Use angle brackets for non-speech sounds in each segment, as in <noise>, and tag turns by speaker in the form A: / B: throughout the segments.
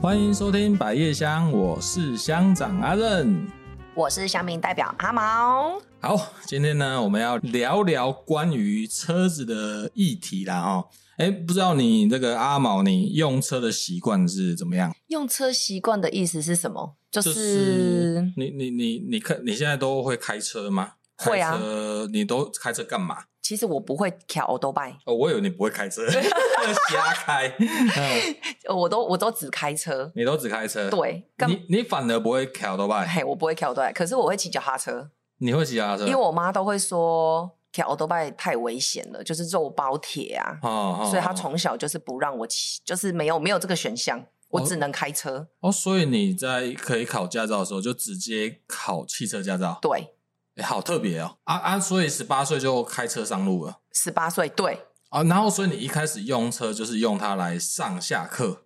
A: 欢迎收听百叶香，我是乡长阿任。
B: 我是乡民代表阿毛。
A: 好，今天呢，我们要聊聊关于车子的议题啦，哦。哎，不知道你这个阿毛，你用车的习惯是怎么样？
B: 用车习惯的意思是什么？就
A: 就是你你你你看，你现在都会开车吗？
B: 会啊
A: 开车你都开车干嘛？
B: 其实我不会调 o d o b i
A: 哦，我以为你不会
B: <laughs>
A: 开车，瞎开。嗯
B: 我都我都只开车。
A: 你都只开车，，
B: 对，更
A: 你你反而不会调的吧？
B: 嘿，我不会调 o d o b i 可是我会骑脚踏车，
A: 你会骑脚踏车？
B: 因为我妈都会说调 o d o b i 太危险了，就是肉包铁啊，
A: 哦，哦
B: 所以她
A: 哦
B: 从小就是不让我骑，就是没有没有这个选项，我只能开车。
A: 哦，所以你在可以考驾照的时候就直接考汽车驾照，
B: 对，
A: 诶好特别哦。啊啊，所以十八岁就开车上路了
B: 十八岁，对，
A: 啊。然后，所以你一开始用车就是用它来上下课，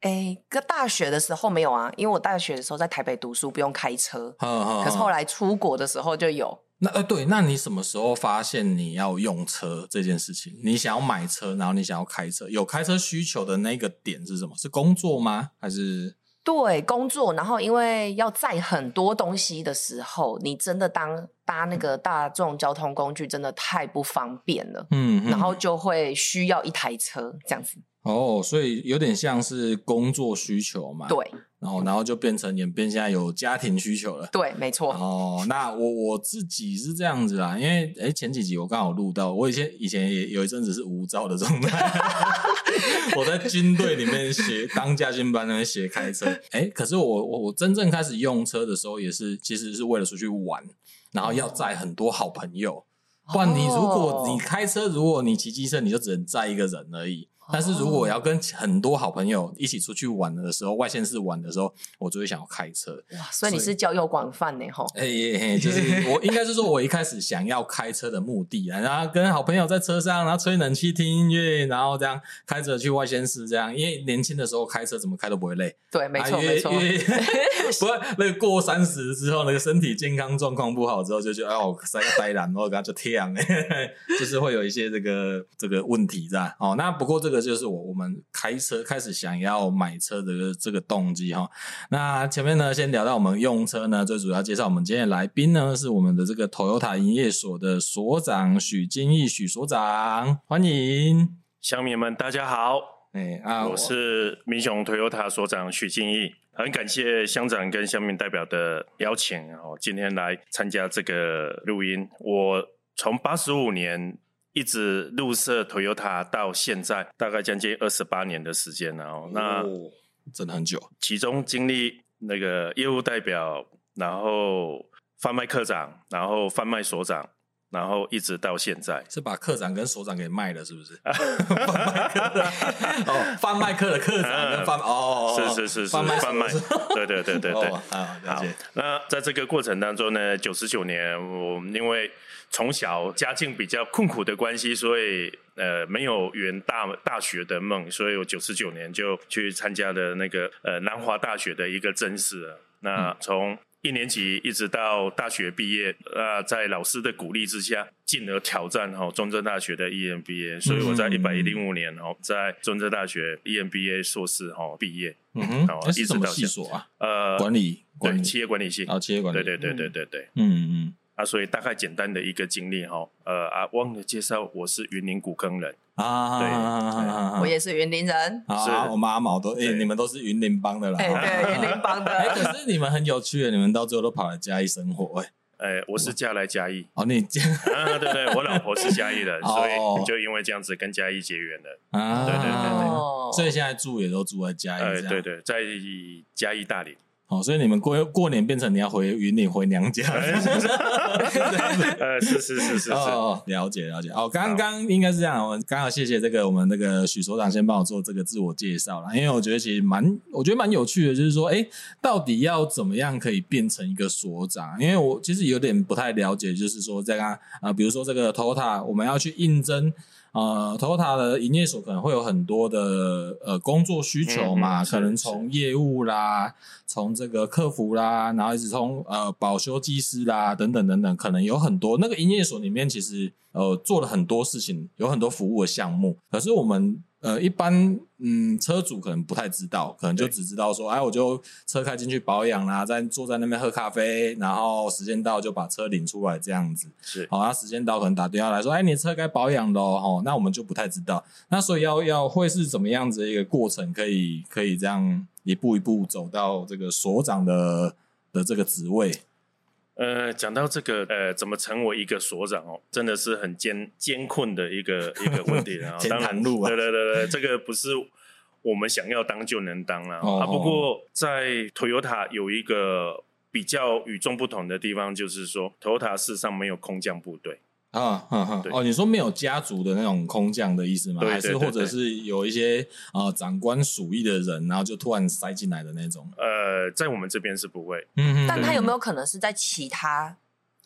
B: 哎，哥大学的时候没有啊，因为我大学的时候在台北读书，不用开车。
A: 呵呵。
B: 可是后
A: 来，
B: 来出国的时候就有，
A: 那呃对，那你什么时候发现你要用车这件事情？你想要买车，然后你想要开车，有开车需求的那个点是什么？是工作吗？还是
B: 对工作，然后因为要载很多东西的时候，你真的当搭那个大众交通工具真的太不方便了，
A: 嗯嗯
B: 然后就会需要一台车这样子。
A: 哦，所以有点像是工作需求嘛。。
B: 对
A: 然后，然后就变成演变，现在有家庭需求了。
B: 对，没错。
A: 哦，那我我自己是这样子啦，因为诶前几集我刚好录到，我以前以前也有一阵子是无照的状态，我在军队里面学当家训班那边学开车，诶，可是我我我真正开始用车的时候，也是其实是为了出去玩，然后要载很多好朋友，不然你如果你开车，如果你骑机车，你就只能载一个人而已。但是如果要跟很多好朋友一起出去玩的时候，外县市玩的时候，我就会想要开车。
B: 哇，所以你是交友广泛呢，吼。
A: 哎、欸欸，就是我应该是说，我一开始想要开车的目的啊，然后跟好朋友在车上，然后吹冷气、听音乐，然后这样开着去外县市，这样，因为年轻的时候开车怎么开都不会累，
B: 对，没错
A: 啊、
B: 没错。
A: 越越 <laughs> 不是那个过三十之后，那个身体健康状况不好之后，就觉得哎呦，塞个呆然，后跟他就贴样， <laughs> 就是会有一些这个这个问题在哦。那不过这个就是我我们开车开始想要买车的这个动机哈、那前面呢，先聊到我们用车呢，最主要介绍我们今天的来宾呢是我们的这个 Toyota 营业所的所长许金义许所长，欢迎。
C: 乡民们，大家好，
A: 哎、啊，
C: 我是民雄 Toyota 所长许敬义，很感谢乡长跟乡民代表的邀请哦，今天来参加这个录音。我从八十五年一直入社 Toyota 到现在，大概将近二十八年的时间了哦。那
A: 哦真的很久，
C: 其中经历那个业务代表，然后贩卖科长，然后贩卖所长，然后一直到现在。
A: 是把课长跟所长给卖了，是不是？贩 <laughs> 卖课的哦，贩卖课的课长跟
C: <laughs>
A: 贩哦，
C: 是是是是
A: 贩卖
C: 贩卖
A: 所长，
C: 对对对对对。
A: 哦好了
C: 好
A: 解，，
C: 那在这个过程当中呢，九十九年，我们因为从小家境比较困苦的关系，所以呃没有圆大大学的梦，所以我九十九年就去参加了那个呃南华大学的一个甄试了。那从一年级一直到大学毕业，呃，在老师的鼓励之下，进而挑战哦中正大学的 EMBA，所以我
A: 嗯
C: 在一百零五年哦在中正大学 E EMBA 硕士哦毕业，
A: 嗯哼，
C: 好
A: 那是
C: 一直
A: 什么
C: 到
A: 系
C: 现
A: 所啊？
C: 呃，
A: 管理管
C: 对
A: 理
C: 企业管理系
A: 啊，企业管理，
C: 对对对对对对。
A: 嗯，嗯
C: 啊，所以大概简单的一个经历哈，呃啊，忘了介绍，我是云林古坑人，
A: 嗯啊，
C: 对
A: 对
B: 我也是云林人，
A: <laughs>
C: 是
A: 啊，我们阿毛都哎，
C: 对
A: 你们都是云林帮的啦，
B: 哎、
A: 哈
B: 对，云林帮
A: 哎，
B: 的。
A: 可是你们很有趣耶，你们到最后都跑来嘉义生活，哎，，
C: 哎、我是嫁来嘉义
A: 哦，你
C: 啊，对对，我老婆是嘉义
A: <laughs>
C: 人，
A: 哦
C: 所以就因为这样子跟嘉义结缘了，
A: 啊，
C: 对对对对
B: 哦
A: 所以现在住也都住在嘉义，
C: 哎、
A: 这样
C: 对，对，在嘉义大
A: <laughs>
C: 理，
A: 哦，所以你们过过年变成你要回云林回娘家，
C: 呃，哎是是是是是，
A: 哦，了解了解。哦，刚刚应该是这样，我们刚好谢谢这个我们那个许所长先帮我做这个自我介绍啦，因为我觉得其实蛮，我觉得蛮有趣的，就是说，哎，到底要怎么样可以变成一个所长？因为我其实有点不太了解，就是说在刚啊，比如说这个 TOTA，我们要去应征。呃，TOTA 的营业所可能会有很多的呃工作需求嘛，
C: 嗯嗯是
A: 可能
C: 是
A: 从业务啦，从这个客服啦，然后一直从呃保修技师啦等等等等，可能有很多那个营业所里面其实呃做了很多事情，有很多服务的项目。可是我们呃，一般嗯，车主可能不太知道，可能就
C: 对
A: 只知道说，哎，我就车开进去保养啦，在坐在那边喝咖啡，然后时间到就把车领出来这样子。
C: 是
A: 好，那时间到可能打电话来说，哎，你的车该保养喽，吼，那我们就不太知道。那所以要要会是怎么样子的一个过程，可以可以这样一步一步走到这个所长的的这个职位。
C: 呃，讲到这个呃，怎么成为一个所长哦，真的是很艰艰困的一个一个问
A: <laughs>
C: 题啊。
A: 艰
C: 当然
A: 难，路啊
C: 对对对对，这个不是我们想要当就能当啦。
A: 哦
C: 啊，不过在 Toyota 有一个比较与众不同的地方，就是说 Toyota 事实上没有空降部队。
A: 啊，哈哈
C: 对
A: 哦，你说没有家族的那种空降的意思吗？
C: 对
A: 还
C: 对
A: 是
C: 对
A: 或者
C: 对
A: 是有一些呃长官属意的人，然后就突然塞进来的那种？
C: 呃，在我们这边是不会。
A: 嗯
B: 但他有没有可能是在其他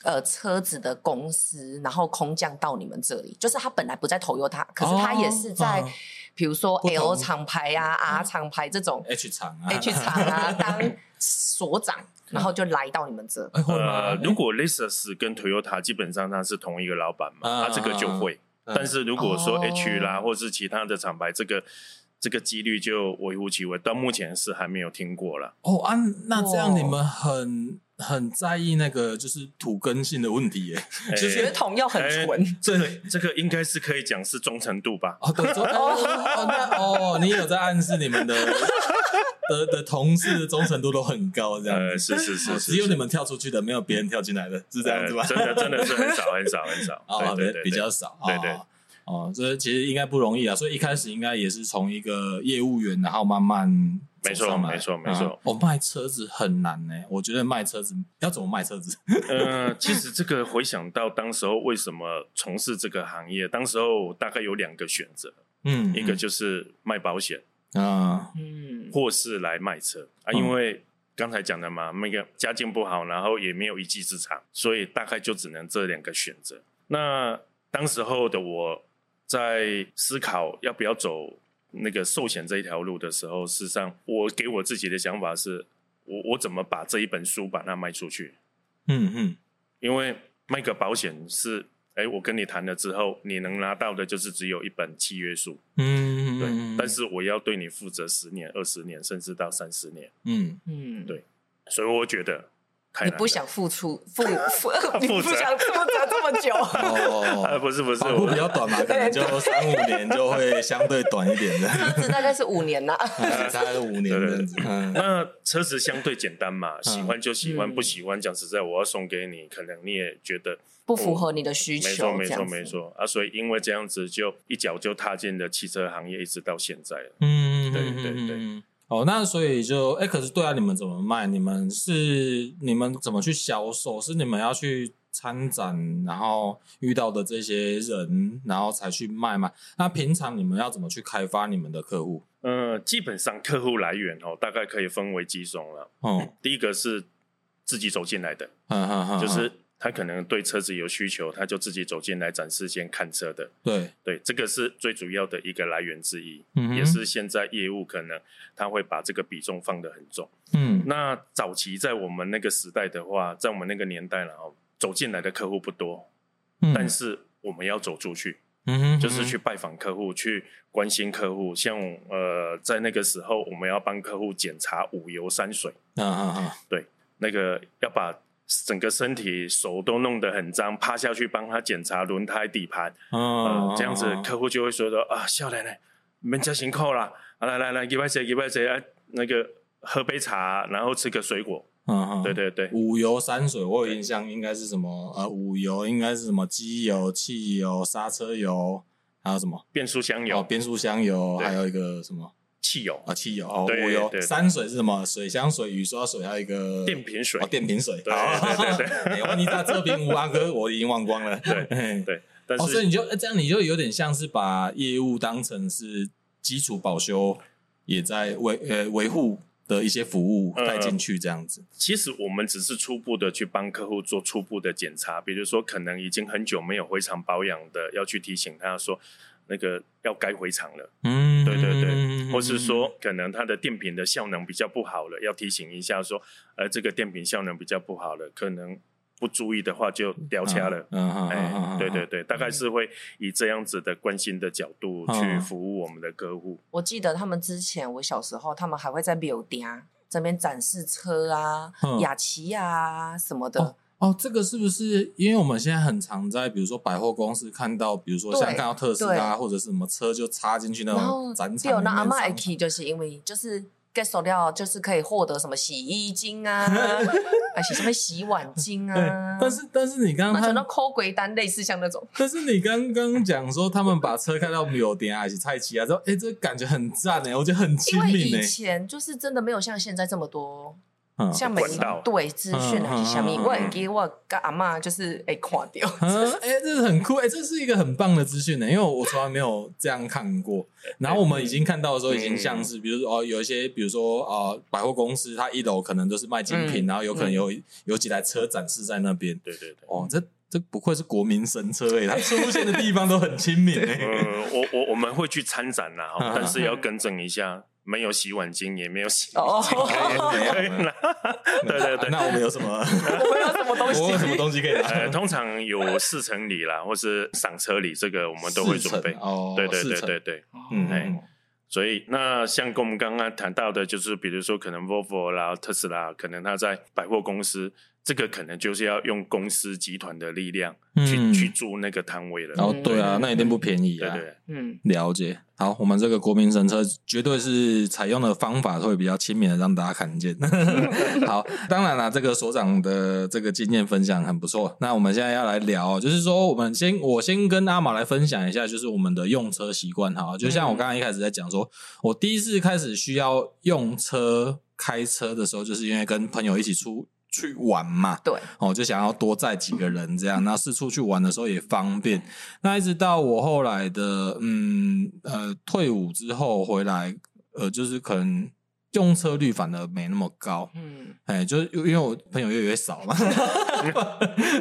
B: 呃车子的公司，然后空降到你们这里？就是他本来不在 Toyota，可是他也是在
A: 哦哦，
B: 比、如说
A: 不同
B: L 厂牌啊、
A: 嗯
B: R 厂牌这
C: 哎
B: 种
A: H 厂啊
B: H 厂啊当所长，然
C: 嗯
B: 后就来到你们这。
A: 哎会吗
C: 呃，？如果 Lexus 跟 Toyota 基本上它是同一个老板嘛，
A: 啊
C: 啊，这个就会。
A: 嗯
C: 但是如果说
B: 哦
C: H 啦，或是其他的厂牌，这个这个几率就微乎其微，到目前是还没有听
A: <laughs>
C: 过了。
A: 哦啊，那这样
B: 哇
A: 你们很很在意那个就是土根性的问题耶？
C: 就是
B: 血统要很纯，
C: 这个哎这个应该是可以讲是忠诚度吧？
A: 哦，对，说哦哦那哦，你有在暗示你们
C: <laughs>
A: 的的的同事的忠诚度都很高，这样
C: 呃，
A: 子。
C: 是是是
A: 哦
C: 是，
A: 只有
C: 是
A: 你们跳出去的，没有别人跳进来的， <laughs> 是这样子吧 <laughs>
C: 呃？真的真的是很少很少很少，
A: 哦，
C: 对对对，
A: 比较
C: 对
A: 少，
C: 对对
A: 哦哦，这其实应该不容易啊，所以一开始应该也是从一个业务员，然后慢慢走上来
C: 没错没错没错
A: 嗯哦，卖车子很难呢，我觉得卖车子要怎么卖车子？
C: 呃，其实这个回想到当时候为什么从事这个行业，当时候大概有两个选择，
A: 嗯
C: 一个就是卖保险，
A: 啊，
B: 嗯，
C: 或是来卖车啊，
A: 嗯
C: 因为刚才讲的嘛，那个家境不好，然后也没有一技之长，所以大概就只能这两个选择。那当时候的我在思考要不要走那个寿险这一条路的时候，事实上我给我自己的想法是，我我怎么把这一本书把它卖出去？
A: 嗯嗯
C: 因为卖个保险是，哎，我跟你谈了之后，你能拿到的就是只有一本契约书，
A: 嗯，
C: 对，
A: 嗯
C: 但是我要对你负责十年、二十年，甚至到三十年。
A: 嗯，
B: 嗯，
C: 对所以我觉得太
B: 你
C: 难了
B: 不
C: <laughs>
B: 想付出付付，你
C: 负
B: 不
C: 责
B: 想负责这么
C: <laughs>
B: 久，
C: 啊，
A: 哦，
C: 不是不是，
A: 保护比
C: 我
A: 较
C: <laughs>
A: 短嘛，可能就三五年就会相对短一点的，
C: <laughs>
B: 车子大概是五年呐。
A: 嗯大概是五年这样子。嗯
C: 那车子相对简单嘛，喜欢就喜欢，
B: 嗯
C: 不喜欢讲实在，我要送给你，可能你也觉得
B: 不符合你的需
C: 没
B: 求
C: 错，没
B: 这
C: 错
B: 样子
C: 没。错啊，所以因为这样子就一脚就踏进了汽车行业，一直到现在了。
A: 嗯，
C: 对
A: 嗯
C: 对。
A: 嗯
C: 对
A: 嗯嗯哦，那所以就哎、可是对啊，你们怎么卖？你们是你们怎么去销售？是你们要去参展，然后遇到的这些人，然后才去卖嘛？那平常你们要怎么去开发你们的客户？
C: 呃，基本上客户来源哦，大概可以分为几种了。
A: 哦，嗯
C: 第一个是自己走进来的，
A: 哈哈哈，
C: 就是他可能对车子有需求，他就自己走进来展示间看车的。
A: 对，
C: 对，这个是最主要的一个来源之一，
A: 嗯哼
C: 也是现在业务可能他会把这个比重放得很重。
A: 嗯，
C: 那早期在我们那个时代的话，在我们那个年代然后走进来的客户不多，
A: 嗯
C: 但是我们要走出去，
A: 嗯哼
C: 就是去拜访客户，去关心客户。像呃，在那个时候，我们要帮客户检查五油三水，
A: 啊啊啊，
C: 那个要把整个身体手都弄得很脏，趴下去帮他检查轮胎、底盘。
A: 嗯
C: 呃，，这样子客户就会说说啊，笑奶奶，人家辛苦啦，啊来来来，给拜谁给拜谁，啊那个喝杯茶，然后吃个水果，
A: 嗯，
C: 对对对，
A: 五油三水，我有印象，应该是什么？呃，五油应该是什么？机油、汽油、刹车油，还有什么？
C: 变速箱
A: 哦，
C: 油、
A: 变速箱油，
C: 对
A: 还有一个什么
C: 汽油、
A: 啊？汽油哦，
C: 对
A: 五油
C: 对对
A: 三水是什么？水箱水、雨刷水，还有一个
C: 电瓶水
A: 哦，，电瓶水。
C: 对
A: 好
C: 对对
A: <laughs> 哎我你在这瓶五阿哥，我已经忘光了。 <laughs>
C: 对
A: 嘿
C: 对， <laughs> 但
A: 哦，所以
C: 是
A: 你就这样，你就有点像是把业务当成是基础保修，也在维呃维护的一些服务
C: 嗯
A: 带进去这样子。
C: 其实我们只是初步的去帮客户做初步的检查，比如说可能已经很久没有回厂保养的，要去提醒他说那个要该回厂了。
A: 嗯，
C: 对对对，或是说可能它的电瓶的效能比较不好了，要提醒一下说，呃，这个电瓶效能比较不好了，可能不注意的话就掉
A: 嗯
C: 掐了。
A: 嗯嗯嗯嗯
C: 哎，
A: 嗯，
C: 对对对，大概是会以这样子的关心的角度
A: 嗯
C: 去服务我们的客户。
B: 我记得他们之前，我小时候，他们还会在柳嗲这边展示车啊
A: 嗯、
B: 雅琪啊什么的。
A: 哦，这个是不是因为我们现在很常在比如说百货公司看到，比如说
B: 对
A: 像看到特斯拉
B: 对
A: 或者是什么车就插进去那
B: 然
A: 种
B: 后
A: 展
B: 对，
A: 场
B: 那阿
A: 里面
B: 妈
A: 商
B: Aki 就是因为就是 get 手料，就是可以获得什么洗衣精啊，
A: <laughs>
B: 而且什么洗碗精
A: 对
B: 啊。，
A: 但是但是你刚
B: 那
A: 刚
B: 种那
A: 他，
B: 抠鬼单类似像那种，
A: 但是你刚刚讲说他们把车开到柳点还是菜奇啊，之后哎，这感觉很赞哎，我觉得很
B: 因
A: 亲
B: 为
A: 民
B: 以
A: 哎，
B: 前就是真的没有像现在这么多
A: 嗯
B: 像每
C: 管道
B: 对资
A: 嗯
B: 讯
A: 嗯
B: 啊，下面
A: 嗯嗯
B: 我也给我跟阿嬷就是会看掉。
A: 嗯，哎、这是很酷，哎、这是一个很棒的资讯呢，因为我从来没有这样看
B: <laughs>
A: 过。然后我们已经看到的时候，
B: 嗯
A: 已经像是，比如说哦，有一些，比如说呃，百货公司它一楼可能都是卖精品，
B: 嗯嗯
A: 然后有可能有、有几台车展示在那边。
C: 对对对。
A: 哦，这这不愧是国民神车哎，它出现的地方都很亲民
B: <laughs>
A: 哎。
C: 嗯，我我我们会去参展啦，
A: 嗯
C: 哦但是要更正一下，没有洗碗巾，也没有洗。 <laughs>
B: 哦，
C: 可以
B: 啊
C: 啦 <laughs> 对对
A: 啊
C: 对。
A: 那我们有什么？
B: <laughs> 我有什么东
A: <laughs>
B: 西？
A: 我有什么东
B: <laughs>
A: 西可以
C: 呃，
A: 拿？
C: 通常有四成礼啦，或是赏车礼，这个我们都会
A: 四
C: 准备
A: 成。哦，
C: 对对
A: 四
C: 对
A: 成
C: 对，对，
B: <laughs>
A: 嗯，
C: 哎所以那像跟我们刚刚谈到的，就是比如说可能 Volvo 啦、特斯拉，可能它在百货公司，这个可能就是要用公司集团的力量去、
A: 嗯
C: 去租那个摊位了。
A: 然后对啊，那一定不便宜
C: 对
A: 啊。
C: 对，
B: 嗯，
A: 了解，好，我们这个国民神车绝对是采用的方法会比较亲民的，让大家看见。 <laughs> 好，当然啦，这个所长的这个经验分享很不错。那我们现在要来聊，就是说，我们先我先跟阿玛来分享一下，就是我们的用车习惯哈。就像我刚刚一开始在讲说，我第一次开始需要用车开车的时候，就是因为跟朋友一起出去玩嘛。
B: 对，
A: 哦，就想要多载几个人这样，那四处去玩的时候也方便。那一直到我后来的，嗯呃，退伍之后回来，呃，就是可能用车率反而没那么高，
B: 嗯，
A: 哎，就是因为我朋友越来越少
B: <laughs>
A: 嘛，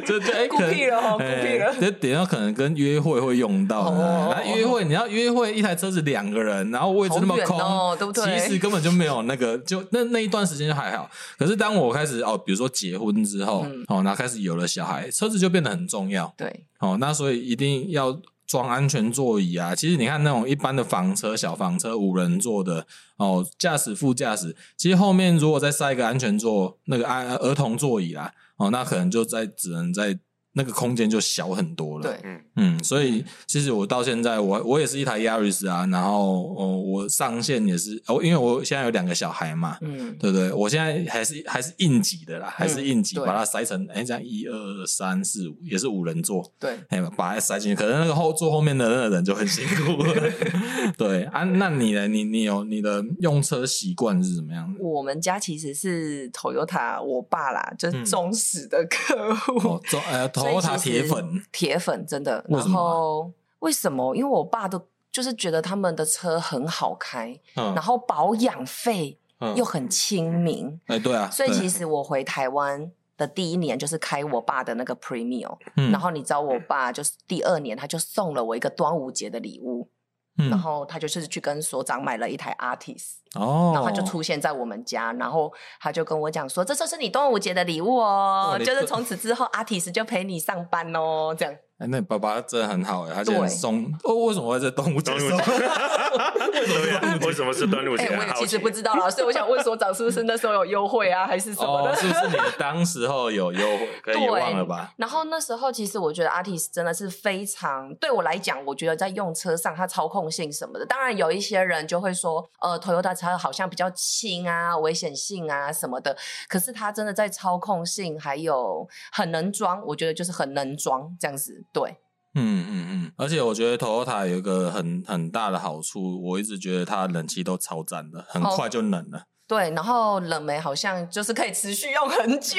A: 就就哎，
B: 孤
A: 可能
B: 僻了哦，孤僻
A: 哎
B: 了，。
A: 这点到可能跟约会会用到的啦。
B: 哦
A: 那约会你要约会一台车子两个人，然后位置那么空，
B: 好远哦对不对
A: 其实根本就没有那个，就那那一段时间就还好。可是当我开始哦，比如说结婚之后，
B: 嗯
A: 哦，然后开始有了小孩，车子就变得很重要。
B: 对，
A: 哦，那所以一定要装安全座椅啊。其实你看那种一般的房车、小房车、五人座的哦，驾驶、副驾驶，其实后面如果再塞一个安全座，那个安儿童座椅啦，哦，那可能就在只能在那个空间就小很多了。
B: 对
C: 嗯，
A: 嗯，所以其实我到现在，我我也是一台 Yaris 啊，然后哦，我上线也是哦，因为我现在有两个小孩嘛，
B: 嗯，
A: 对不对？我现在还是还是应急的啦，还是应急，
B: 对
A: 把它塞成哎这样一二三四五，也是五人座，
B: 对，
A: 哎，把它塞进去，可能那个后坐后面的那个人就很辛苦了。
B: <laughs>
A: 对啊，那你呢？你你有你的用车习惯是怎么样的？
B: 我们家其实是 Toyota 我爸啦，就是
A: 嗯
B: 忠实的客户
A: 哦，，中呃，头
B: 所以
A: 塔
B: 其
A: 铁
B: 实
A: 粉，
B: 铁粉真的。
A: 为
B: 然
A: 什么啊
B: 后为什么？因为我爸都就是觉得他们的车很好开，
A: 嗯
B: 然后保养费
A: 嗯
B: 又很亲民，
A: 哎，对啊，
B: 所以
A: 对
B: 其实我回台湾。的第一年就是开我爸的那个 Premium，、
A: 嗯
B: 然后你知道我爸就是第二年他就送了我一个端午节的礼物，
A: 嗯
B: 然后他就是去跟所长买了一台 Artist，
A: 哦，
B: 然后他就出现在我们家，然后他就跟我讲说：“这就是你端午节的礼物哦
A: 哇，你
B: 就是
A: 这
B: 从此之后，阿提斯就陪你上班哦。”这样，
A: 哎，那你爸爸真的很好哎，他竟然
B: 对
A: 送哦，为什么会在动物节
C: 端午
A: 送？
C: 节，对呀， <laughs> 为什么是端午
B: 哎、
C: 节
B: 我也
C: 啊？
B: 其实不知道啦，所以我想问所长是不是那时候有优惠啊，还是什么
A: 哦，<laughs>
B: 的？
A: 是不是你的当时候有
B: <laughs>
A: 优惠？可以
B: 对
A: 忘了吧？
B: 然后那时候其实我觉得阿提斯真的是非常对我来讲，我觉得在用车上它操控性什么的，当然有一些人就会说，呃，Toyota 车好像比较轻啊，危险性啊什么的，可是它真的在操控性还有很能装，我觉得就是很能装这样子，对。
A: 嗯嗯嗯，而且我觉得 Toyota 有一个很很大的好处，我一直觉得它的冷气都超赞的，很
B: 哦
A: 快就冷了，
B: 对，然后冷媒好像就是可以持续用很久。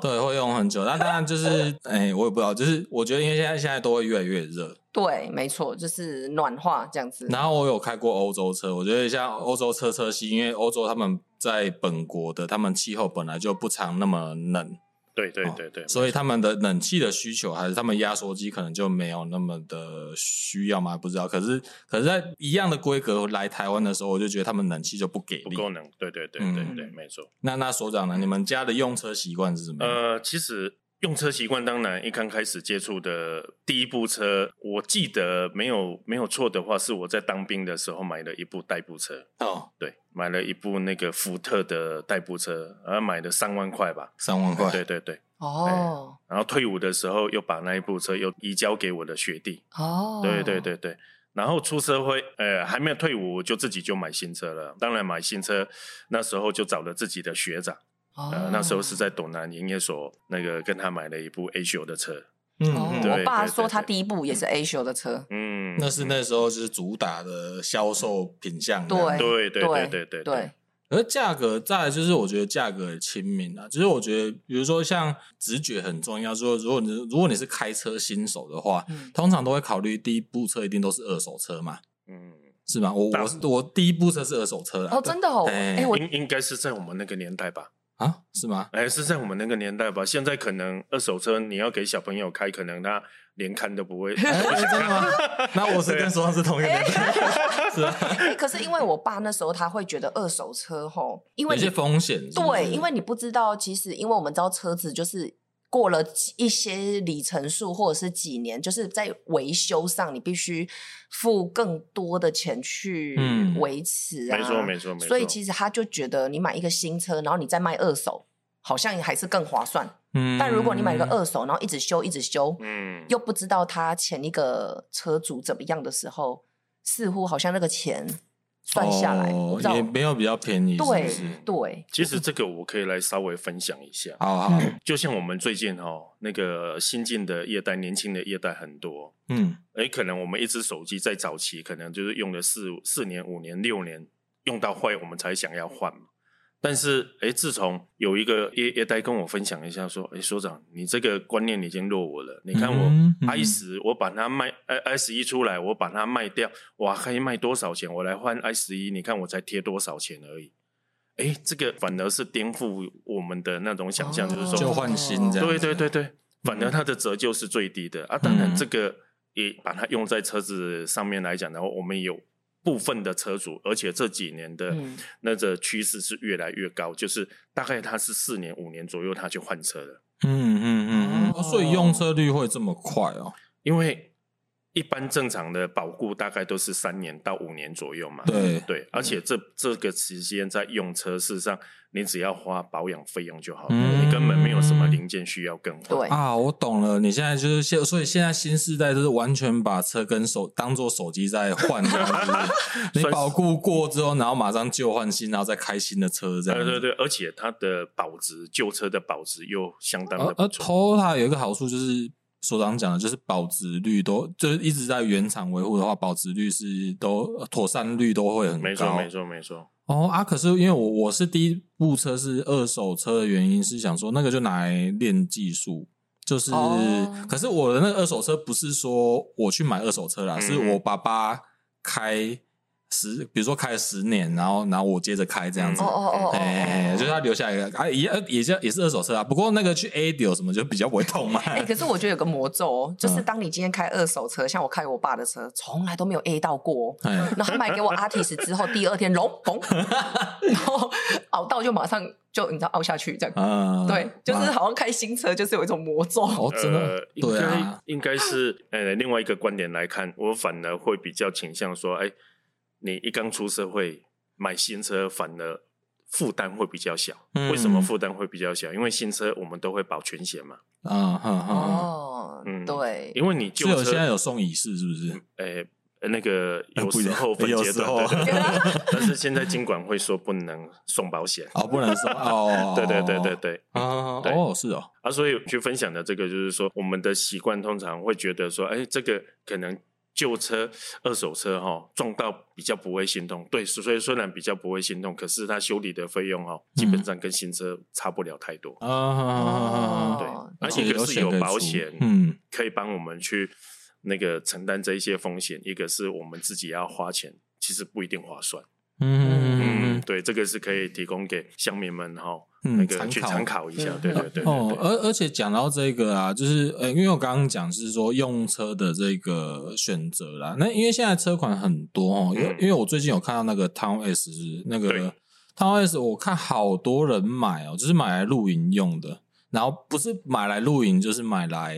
A: 对，会用很久。那当然就是，哎，我也不知道，就是我觉得因为现在现在都会越来越热，
B: 对，没错，就是暖化这样子。
A: 然后我有开过欧洲车，我觉得像欧洲车车系，因为欧洲他们在本国的他们气候本来就不常那么冷，
C: 对对对对，
A: 哦所以他们的冷气的需求还是他们压缩机可能就没有那么的需要嘛，不知道。可是可是在一样的规格来台湾的时候，我就觉得他们冷气就不给
C: 不
A: 力。
C: 够能，对对对
A: 嗯
C: 对对，没错。
A: 那那所长呢？你们家的用车习惯是什么样？
C: 呃，其实用车习惯当然一刚开始接触的第一部车，我记得没有没有错的话，是我在当兵的时候买了一部代步车，
A: 哦，
C: 对，买了一部那个福特的代步车，然后买了三万块吧，
A: 三万块，
C: 对对对。
B: 哦
C: 然后退伍的时候又把那一部车又移交给我的学弟，
B: 哦，
C: 对对，对对。然后出社会，呃，还没有退伍，我就自己就买新车了。当然买新车，那时候就找了自己的学长，
B: 哦
C: 呃，那时候是在斗南营业所那个跟他买了一部 A 九的车，
A: 嗯
B: 哦
A: 嗯，
C: 对
B: 我爸
C: 对
B: 说
C: 对
B: 他
C: 对
B: 第一部也是 A 修的车，
C: 嗯，
A: 那是那时候就是主打的销售品相，
B: 对
C: 对对
B: 对
C: 对对对
B: 对，
A: 而价格，再来就是我觉得价格也亲民啊。就是我觉得，比如说像直觉很重要，说如果你如果你是开车新手的话，
B: 嗯，
A: 通常都会考虑第一部车一定都是二手车嘛，
C: 嗯，
A: 是吗？我
C: 大
A: 我是我第一部车是二手车啊，
B: 哦，真的哦，
A: 哎
B: 哎，我
C: 应应该是在我们那个年代吧，
A: 啊，是
B: <laughs>
A: 吗？
C: 哎，是在我们那个年代吧。现在可能二手车你要给小朋友开，可能他连看
B: <laughs>
C: 都不会。
A: 哎，真的吗？ <laughs> 那我是跟说上是同一个年代，是吧？ <laughs>
B: 哎可是因为我爸那时候他会觉得二手车吼，因为
A: 有
B: 你
A: 些风险，是不是
B: 对，因为你不知道，其实因为我们知道车子就是过了几一些里程数或者是几年，就是在维修上你必须付更多的钱去
A: 嗯
B: 维持啊，
C: 没错没错没错。
B: 所以其实他就觉得你买一个新车，然后你再卖二手，好像还是更划算。
A: 嗯
B: 但如果你买一个二手，然后一直修一直修，
C: 嗯，
B: 又不知道他前一个车主怎么样的时候，似乎好像那个钱算下来，我不
A: 哦
B: 知道
A: 也。没有比较便宜，是不
B: 对
A: 是？
B: 对，
C: 嗯其实这个我可以来稍微分享一下。
A: 好啊好，
C: 就像我们最近哦，那个新进的业代、年轻的业代很多，
A: 嗯，
C: 哎，可能我们一只手机在早期可能就是用了四四年、五年、六年，用到坏我们才想要换嘛。但是，哎，自从有一个业业代跟我分享一下说，哎，所长，你这个观念已经落我了。你看我
A: 嗯嗯
C: i 十，我把它卖，呃，i 十一出来，我把它卖掉，哇，可以卖多少钱？我来换 i 十一，你看我才贴多少钱而已。哎，这个反而是颠覆我们的那种想象，就是说，
A: 哦就换新这样
C: 对
A: 子
C: 对对对，反而它的折旧是最低的、啊。当然，这个也把它用在车子上面来讲的话，我们有部分的车主，而且这几年的
B: 嗯
C: 那个趋势是越来越高，就是大概它是四年五年左右他就换车了，
A: 嗯嗯嗯
B: 哦
A: 嗯，所以用车率会这么快哦？
C: 因为一般正常的保固大概都是三年到五年左右嘛。
A: 对，
C: 对，而且这这个时间在用车，事实上你只要花保养费用就好了，
A: 嗯
C: 你根本没有什么零件需要更换。
B: 对
A: 啊，我懂了，你现在就是现，所以现在新时代就是完全把车跟手当做手机在换，这样
B: <laughs>
A: 子你保固过之后，然后马上旧换新，然后再开新的车这样
C: 对
A: 子。
C: 对对，而且它的保值，旧车的保值又相当
A: 而
C: 的不
A: 而
C: 错。
A: Toyota 有一个好处就是。所长讲的就是保值率都就是一直在原厂维护的话，保值率是都妥善率都会很高。
C: 没错，没错，没错。
A: 哦啊，可是因为我我是第一部车是二手车的原因是想说那个就拿来练技术，就是、
B: 哦
A: 可是我的那个二手车不是说我去买二手车啦，
C: 嗯
A: 是我爸爸开十，比如说开了十年，然后然后我接着开这样
C: 嗯
A: 子。
B: 哦哦哦哦
A: 哎、
B: 哦，
A: 就是他留下一个啊，也也是也是二手车啊，不过那个去 A 丢什么就比较不会痛嘛。
B: 哎、可是我觉得有个魔咒哦，就是当你今天开二手车，像我开我爸的车，从来都没有 A 到过哦。
A: <laughs> 哎，
B: 然后买给我 Artis 之后，第二天龙嘣，然后熬到就马上就你知道凹下去这样。
A: 嗯，
B: 对，就是
A: 啊
B: 好像开新车就是有一种魔咒。
A: 哦，真的
C: 呃，，应
A: 对
C: 该、
A: 啊，
C: 应该是呃，另外一个观点来看，我反而会比较倾向说，哎，你一刚出社会买新车，反而负担会比较小。
A: 嗯
C: 为什么负担会比较小？因为新车我们都会保全险嘛，
A: 嗯哼哼，
B: 哦
C: 嗯
B: 对，
C: 因为你旧
A: 是有现在
C: 车，
A: 有送乙式是不是？
C: 哎。呃那个
A: 呃
C: 有
A: 不一
C: 时
A: 定
C: 候分
A: 有
C: 阶
A: 时
C: 段，
A: 候
C: 对对对
A: <laughs>
C: 对但是现在经管会说不能送保险，，
A: 哦，不能送哦
C: <laughs> 对对对对对，
A: 啊，
C: 对
A: 哦，是哦，
C: 啊，所以去分享的这个就是说，我们的习惯通常会觉得说，哎，这个可能旧车、二手车哈、撞到比较不会心痛，对，所以虽然比较不会心痛，可是它修理的费用哈、基
A: 嗯
C: 本上跟新车差不了太多。
A: 啊，
B: 哦
C: 对，而且一个是有保险，
A: 嗯，
C: 可以帮我们去那个承担这一些风险；一个是我们自己要花钱，其实不一定划算。
A: 嗯嗯
C: 对，这个是可以提供给乡民们哈、
A: 嗯
C: 那个去参
A: 参考
C: 考一下。
B: 嗯
C: 对对对对
A: 哦，
C: 对
A: 而而且讲到这个啊，就是呃，因为我刚刚讲是说用车的这个选择啦，那因为现在车款很多哦，因为
C: 嗯
A: 因为我最近有看到那个 Town S 那个
C: 对
A: Town S，我看好多人买哦，就是买来露营用的。然后不是买来露营，就是买来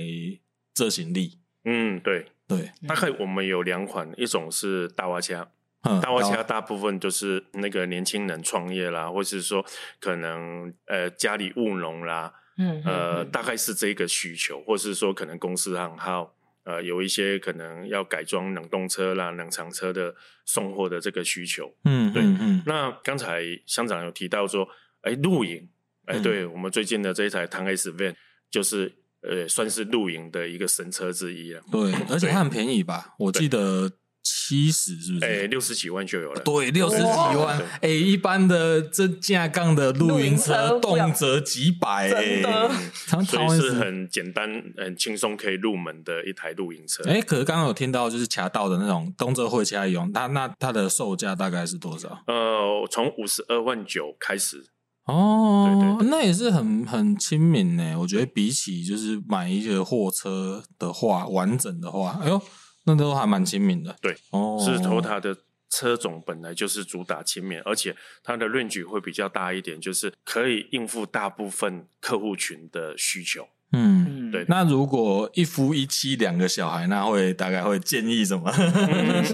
A: 遮行李。
C: 嗯，对，
A: 对，
C: 大概我们有两款，一种是大蛙虾，
A: 嗯，
C: 大蛙
A: 然
C: 虾
A: 后
C: 大部分就是那个年轻人创业啦，或是说可能呃家里务农啦，
B: 嗯，
C: 呃，大概是这个需求，或是说可能公司行号，呃，有一些可能要改装冷冻车啦、冷藏车的送货的这个需求。
A: 嗯，
C: 对
A: 嗯嗯
C: 那刚才乡长有提到说，哎，露营，哎，
A: 嗯
C: 对我们最近的这一台唐 S van 就是呃，算是露营的一个神车之一了，
A: 对，而且它很便宜吧？我记得七十是不
C: 哎，
A: 是？
C: 六十几万就有了。
A: 对，六十几
C: 对
A: 万
C: 对，
A: 哎，一般的这架杠的露营车
B: 露营车不了
A: 动辄几百，
B: 真
A: 哎
B: 的，
A: 常
C: 所
A: 常
C: 以
A: 会
C: 是很简单、很轻松可以入门的一台露营车。
A: 哎，可是刚刚有听到就是卡到的那种东浙会卡用，它那它的售价大概是多少？
C: 呃，从五十二万九开始，
A: 哦，
C: 对对对
A: 那也是很很亲民呢。我觉得比起就是买一个货车的话，完整的话，哎呦，那都还蛮亲民的。
C: 对，
A: 哦，
C: 是 Toyota 的车种本来就是主打轻免，而且它的 range 会比较大一点，就是可以应付大部分客户群的
A: <laughs>
C: 需求。
A: 嗯。
B: 嗯
C: 对
A: 那如果一夫一妻两个小孩，那会大概会建议什么？ <laughs>
C: 嗯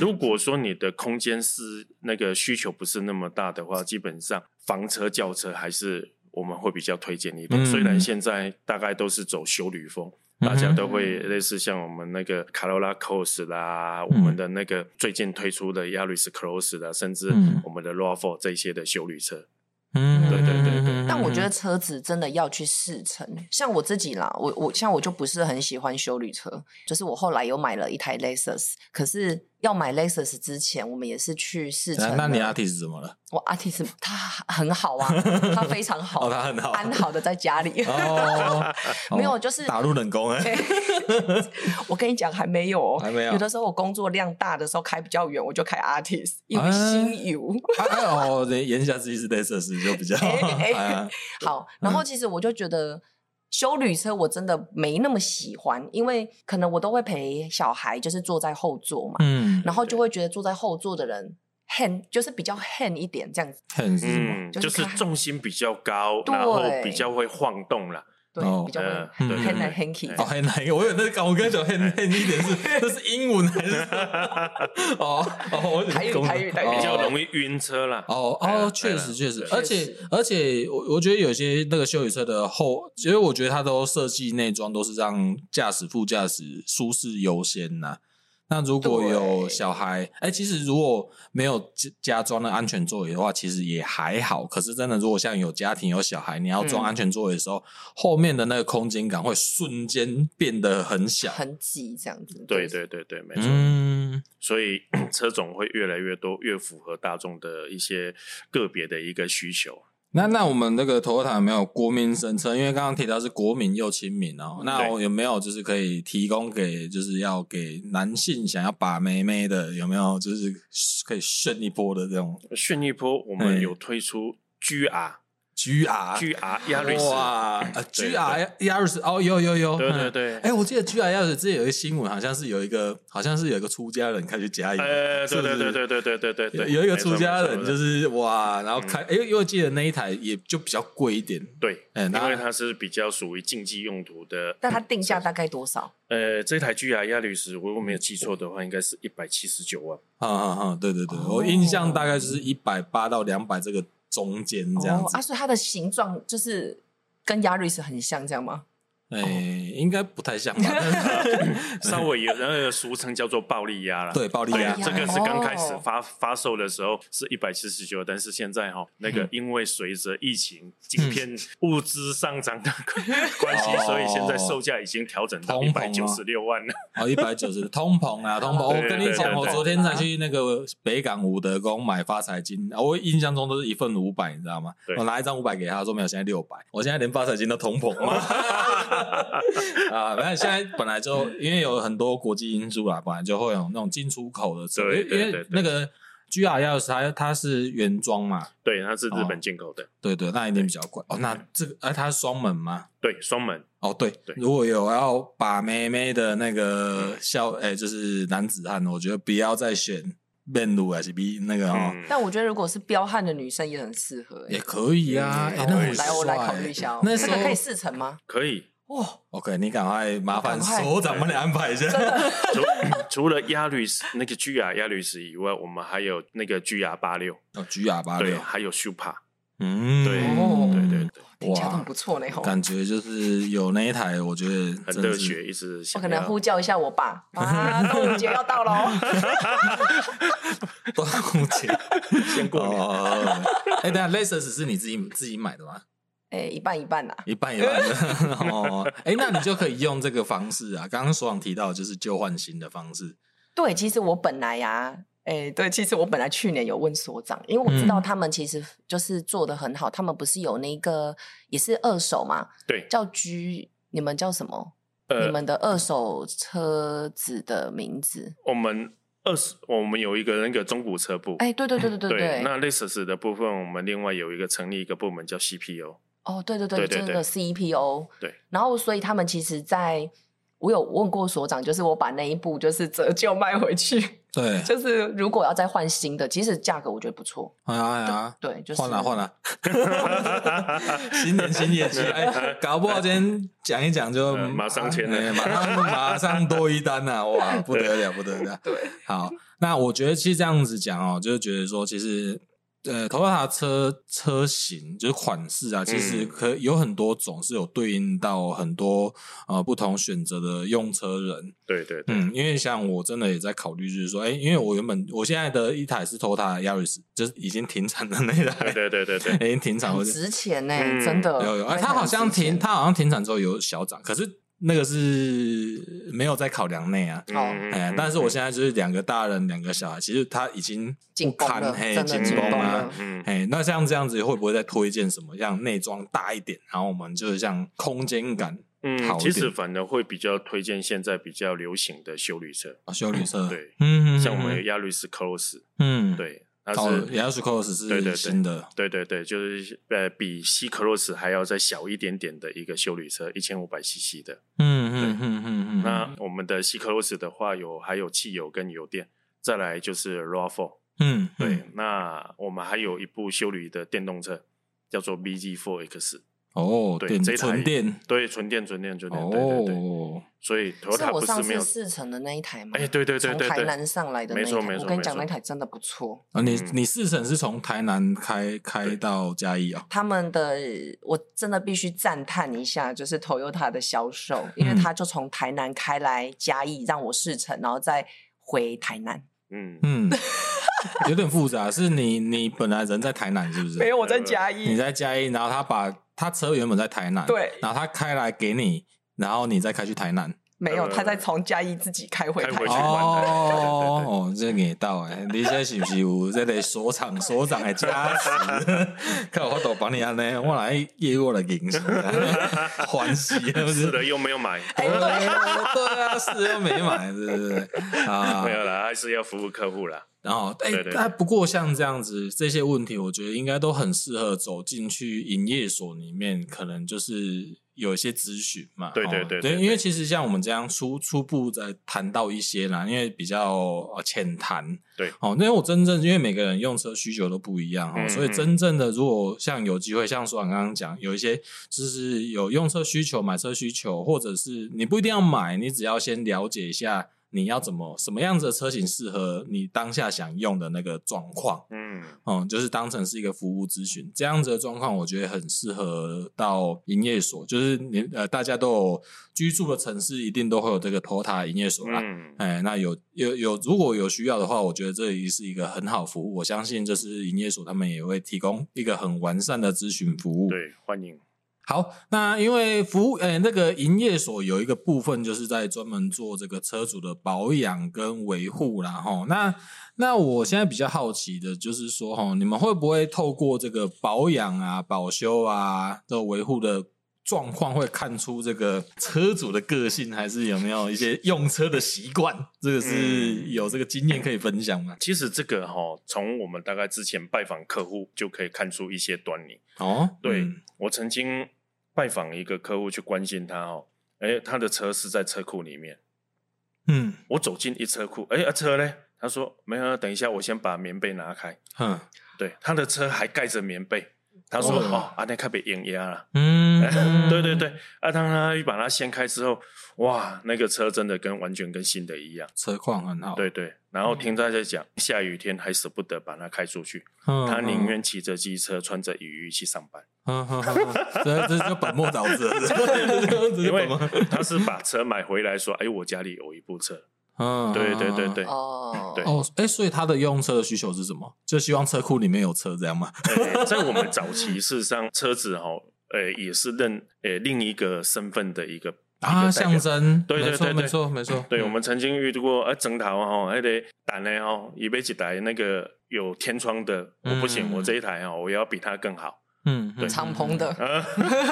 C: 如果说你的空间是那个需求不是那么大的话，基本上房车、轿车还是我们会比较推荐一点。
A: 嗯
C: 虽然现在大概都是走修旅风。
A: 嗯哼
C: 大家都会类似像我们那个卡罗拉 Cross 啦，
A: 嗯
C: 我们的那个最近推出的 Yaris Cross 啦，甚至
A: 嗯
C: 我们的 RAV4 这些的修旅车，
A: 嗯，
C: 对对对对
B: 但我觉得车子真的要去试乘，像我自己啦，我我像我就不是很喜欢修旅车，就是我后来有买了一台 Lexus，可是要买 Lexus 之前，我们也是去试
A: 那
B: 乘。
A: 那你 artist 怎么了？
B: 我 Artis 他很好啊，他非常好，
A: 哦他很好
B: 安好的在家里。
A: 哦，
B: <laughs> 没有就
A: <laughs>
B: 是
A: 打入冷宫哎，
B: 我跟你讲，还没有哦，
A: 还没有
B: 有的时候我工作量大的时候开比较远，我就开 Artis，因为
A: 哎
B: 心油。
A: 哎哦，言下之意是 Lexus 就比较
B: <laughs> 哎哎
A: 哎
B: 好，然后其实我就觉得修旅车我真的没那么喜欢，因为可能我都会陪小孩，就是坐在后座嘛，
A: 嗯，
B: 然后就会觉得坐在后座的人 hen 就是比较 hen 一点这样子。
A: 很是什么？
C: 嗯，
B: 就
C: 就是是
B: 看
C: 重心比较高，
B: 对
C: 然后比较会晃动啦。
B: 对，
A: 哦
B: 比较会
C: 呃
A: 对
B: hen
A: 对
B: 来
C: 对
B: hen 去这
A: 哦，
B: 样。
A: 很哪一个？我有那个，我刚才讲很很一点
B: <laughs>
A: 是，那是英文还是什么？哦哦，我有点
B: 台语
A: 懵了
B: 台语台语
C: 比较
A: 哦
C: 容易晕车啦。
A: 哦
C: 哎呀
A: 哦，确实确实，
C: 对
A: 而且而且，我我觉得有些那个修理车的后，因为我觉得它都设计内装都是让驾驶、副驾驶舒适优先呐、那如果
B: 对
A: 有小孩，哎、其实如果没有加加装的安全座椅的话，其实也还好。可是真的，如果像有家庭有小孩，你要装
B: 嗯
A: 安全座椅的时候，后面的那个空间感会瞬间变得很小。
B: 很挤这样子，
C: 对，对对对，没错。
A: 嗯，
C: 所以 <clears throat> 车种会越来越多，越符合大众的一些个别的一个需求。
A: 那那我们那个 Toyota 有没有国民神车？因为刚刚提到是国民又亲民哦，那我有没有就是可以提供给就是要给男性想要把妹妹的有没有就是可以炫一波的这种
C: 炫一波，我
A: 哎
C: 们有推出 GR、
A: GR
C: GR 亚瑞斯，
A: 啊哇呃
C: 对
A: ，GR 亚瑞斯哦，有有有，
C: 对对
A: 嗯。
C: 对，
A: 哎，我记得 GR 亚瑞斯之前有一个新闻，好像是有一个好像是有一个出家人开始加油，
C: 呃，对
A: 是不
C: 对
A: 是
C: 对对对对对对
A: 有
C: 对，
A: 有一个
C: 没错
A: 出家
C: 没
A: 人
C: 错嗯
A: 就是哇，然后开，因为因为我记得那一台也就比较贵一点，
C: 对，
A: 哎那
C: 因为它是比较属于竞技用途的。
B: 但它定价大概多少？
C: 呃，这台 GR 亚瑞斯，如果没有记错的话，应该是一百七十九
A: <laughs>
C: 万。
A: 啊啊啊！对对对，
B: 哦
A: 我印象大概就是一百八到两百这个中间这样
B: 哦
A: 子
B: 啊，。所以它的形状就是跟亚瑞斯很像，这样吗？
A: 哎、应该不太像吧？
C: 稍微有那个俗称叫做暴力鸭啦。
A: 对，暴力啊
C: 对
A: 鸭
B: 呀，
C: 这个是
B: 哦
C: 刚开始发、发售的时候是一百七十九，但是现在哈、那
A: 嗯
C: 个因为随着疫情、景片物资上涨的
A: <laughs>
C: 关系，
A: 哦
C: 所以现在售价已经调整到一
A: 通
C: 百九十
A: 膨啊
C: 六万了。
A: 哦，一百九
C: <laughs>
A: 十通膨啊，通膨！我
C: 对对
A: 跟你
C: 对
A: 讲，
C: 对
A: 我昨天才去那个北港武德宫买发财金，啊我印象中都是一份五百，你知道吗
C: 对？
A: 我拿一张五百给他，他说没有，现在六百，我现在连发财金都通膨
C: <laughs>
A: 嘛。啊，反正现在本来就因为有很多国际因素啦，本来就会有那种进出口的车，因
C: 对
A: 为
C: 对
A: 因
C: 对
A: 为
C: 对
A: 那个 G R 钥匙它它是原装嘛，
C: 对，它是日
A: 哦
C: 本进口的，
A: 对对，那一定比较贵哦。那这个，哎、它是双门吗？
C: 对，双门。
A: 哦，对，
C: 对嗯
A: 如果有要把妹妹的那个笑，哎、就是男子汉，我觉得不要再选面路还是比那个哦，
C: 嗯，
B: 但我觉得如果是彪悍的女生也很适合、欸
A: 也可以啊。哎，
C: 嗯
B: 好
A: 那
C: 我
A: 很
B: 来我来
A: 帅
B: 考虑一下哦、
A: 那
B: 这
A: 时
B: 个
A: 候
B: 可以四成吗？
C: 可以。
B: 哇、
A: OK，你赶快麻烦
B: 赶快
A: 首长帮你安排一下。
C: 除 <laughs> 除了亚律师那个巨雅亚律师以外，我们还有那个巨雅八六，
A: 哦，举哑巴
C: 对，
A: 六，
C: 还有 Super，
A: 嗯，
C: 对
B: 哦
C: 对对对，
B: 听起来都很不错呢吼。
A: 感觉就是有那一台，我觉得
C: 很
A: 真
C: 热
A: 的是
C: 血，一直
B: 我
C: 想
B: 哦可
C: 要
B: 能呼叫一下我爸啊，端午节要到喽。
A: <laughs> 端午节
C: 先过年。
A: 哦。哎，等下 Lexus 是你自己自己买的吗？
B: 哎、一半一半啦。
A: 一半一半的 <laughs> 哦。哎，那你就可以用这个方式啊。刚刚所长提到的就是旧换新的方式，
B: 对，其实我本来呀、哎、对，其实我本来去年有问所长，因为我知道他们其实就是做的很好，他们不是有那个也是二手嘛，
C: <laughs> 对，
B: 叫 G，你们叫什么？ <laughs> 你
C: 呃，
B: 们的二手车子的名字？
C: 我们二十，我们有一个那个中古车部，
B: 哎、对对对对对对，
C: 那 l e x u 的部分，我们另外有一个成立一个部门叫 CPO，
B: 哦，对对对，
C: 对对
B: 这
C: 对
B: 个 CPO，
C: 对，
B: 然后所以他们其实在。我有问过所长，就是我把那一部就是折旧卖回去， <laughs>
A: 对，
B: 就是如果要再换新的，其实价格我觉得不错，
A: 哎呀哎呀，
B: 对，就是
A: 换了换啊了， <laughs>
C: <laughs>
A: 新年新业绩，哎，搞不好今天讲一讲就
C: 呃马上签了
A: 哎马上马上多一单
C: <laughs>
A: 呐、哇，不得了不得了。
B: 对，
A: 好，那我觉得其实这样子讲哦，就是觉得说，其实呃，Toyota 车车型就是款式
C: 嗯
A: 啊，其实可有很多种是有对应到很多呃不同选择的用车人。
C: 对对对，
A: 嗯，因为像我真的也在考虑，就是说，哎、因为我原本我现在的一台是 Toyota Yaris，就是已经停产的那一
C: 对
A: 台，
C: 对对对对，
A: <laughs> 已经停产
B: 很
A: 了。
B: 值钱呢、
C: 嗯
B: 真的。
A: 有有，哎、
B: 非
A: 它
B: 常
A: 好像
B: 值钱
A: 停，它好像停产之后有小涨，可是那个是没有在考量内啊。
B: 好
C: 嗯
A: 哎、但是我现在就是两个大人，两个小孩，其实他已经
B: 紧
A: 不
B: 绷
A: 堪
B: 了
A: 嘿，
B: 真的
A: 紧
B: 紧
A: 绷
B: 绷
A: 啊
B: 了。
C: 嗯，
A: 哎、那像这样子会不会再推荐什么像内装大一点，然后我们就是像空间感好
C: 嗯，
A: 一
C: 其实
A: 点
C: 反而会比较推荐现在比较流行的修旅车，
A: 啊修旅车？
C: 对
A: 嗯，嗯，
C: 像我
A: 嗯
C: 们有亚律斯 Cross，
A: 嗯，
C: 对，它
A: 哦
C: 是。
A: ，Yaris Cross
C: 对对
A: 是
C: 对
A: 新的，
C: 对对对，就是呃，比 C Cross 还要再小一点点的一个修旅车，一千五百 CC 的。
A: 嗯嗯嗯嗯嗯，
C: 那我们的 C Cross 的话有，还有汽油跟油电，再来就是 RAV4，
A: 嗯
C: 对，那我们还有一部修旅的电动车，叫做 BG4X，
A: 哦，
C: 对
A: 电
C: 这一台
A: 纯电
C: 对，纯电、纯电、纯电，对对对。
A: 哦，
C: 所以
B: 是
C: Toyota
B: 我
C: 不
B: 上
C: 没
B: 次
C: 有，
B: 四成的那一台吗？
C: 哎，对对对对
B: 从台
C: 对，
B: 南上来的那
C: 没
B: 一
C: 错
B: 台，
C: 没错，
B: 我跟你
C: 没
B: 讲，
C: 错
B: 那台真的不错。
A: 啊，你
C: 嗯
A: 你四省是从台南开开
C: 对
A: 到嘉义啊？
B: 他们的我真的必须赞叹一下，就是 Toyota 的销售，因为
A: 嗯
B: 他就从台南开来嘉义，让我试乘，然后再回台南。
C: 嗯，
A: 嗯，有点复杂，是你你本来人在台南是不是？
B: 有，我
C: 在嘉
A: 你
B: 义。
A: 在嘉义，然后他把他车原本在台南，
B: 对
A: 然后他开来给你，然后你再开去台南。
B: 没
C: 有他再
B: 从嘉义自己开回
C: 台嗯南开回
A: 哦
C: 去玩的
A: 哦，这给到哎，你这是不是有这个所长所长的加
C: <laughs>
A: 持？看我都帮你安呢，我来业务来
C: <laughs>
A: 营收，欢喜 <laughs> 是不
C: 是
A: 是？
C: 的，又没有买，
A: 对啊，对啊，是又没买，对不对？ <laughs> 啊
C: 没，有啦，还是要服务客户啦。
A: 然后，哎、
C: 对对
A: 但不过像这样子这些问题，我觉得应该都很适合走进去营业所里面，可能就是有一些咨询嘛。
C: 对对
A: 哦
C: 对对
A: 对
C: 对
A: 因为其实像我们这样初初步在谈到一些啦，因为比较呃浅谈。
C: 对
A: 哦，因为我真正因为每个人用车需求都不一样哦，
C: 嗯
A: 所以
C: 嗯
A: 真正的如果像有机会，像所长刚刚讲，有一些就是有用车需求、买车需求，或者是你不一定要买，你只要先了解一下你要怎么什么样子的车型适合你当下想用的那个状况。
C: 嗯，
A: 嗯，就是当成是一个服务咨询这样子的状况，我觉得很适合到营业所，就是你呃，大家都有居住的城市，一定都会有这个 TOTA 营业所啦。
C: 嗯，
A: 哎，那有有有，如果有需要的话，我觉得这里是一个很好服务。我相信这是营业所，他们也会提供一个很完善的咨询服务。
C: 对，欢迎。
A: 好，那因为服务呃那个营业所有一个部分就是在专门做这个车主的保养跟维护啦，吼。那那我现在比较好奇的就是说，吼，你们会不会透过这个保养啊、保修啊这维护的状况，会看出这个车主的个性，还是有没有一些用车的习惯？这个是
C: 嗯
A: 有这个经验可以分享吗？
C: 其实这个哈、从我们大概之前拜访客户就可以看出一些端倪。
A: 哦，
C: 对、
A: 嗯
C: 我曾经拜访一个客户去关心他哦，哎，他的车是在车库里面，
A: 嗯
C: 我走进一车库，哎，啊车嘞，他说没有，等一下，我先把棉被拿开。
A: 哼，
C: 对，他的车还盖着棉被。他说：“
A: 哦
C: 哦，阿内卡被淹压了。
A: 嗯，
C: <laughs> 对对对，啊，当他一把它掀开之后，哇，那个车真的跟完全跟新的一样。
A: <laughs> 车况很好，
C: 对对，然后听他在讲，下雨天还舍不得把它开出去，
A: 哼，
C: 他
A: 他
C: 宁愿骑着机车，穿着雨衣去上班，
A: 哼，哼哼哼 <laughs> 这这就本末倒
C: <laughs>
A: 置了，嗯这
C: 因
A: 就
C: 为
A: 本末 <laughs>
C: 他是把车买回来，说：‘哎，我家里有一部车。’
A: 嗯，
C: 对对对
A: 嗯。
C: 对，
B: 哦，
C: 对
A: 哦，哎，所以他的用车的需求是什么？就希望车库里面有车这样吗？
C: 呃在我们早期，事实上车子哈，呃，也是认呃另一个身份的一个
A: 啊，象。
C: 一个代表
A: 征，
C: 对对
A: 没错
C: 对对
A: 没错没错，
C: 对，
A: 嗯
C: 我们曾经遇过，呃，整台哦，那个胆呢哦，一被一台那个有天窗的，我不行，
A: 嗯
C: 我这一台哦，我要比它更好， <laughs>
A: 嗯
C: 对
B: 敞篷，的，
C: 啊，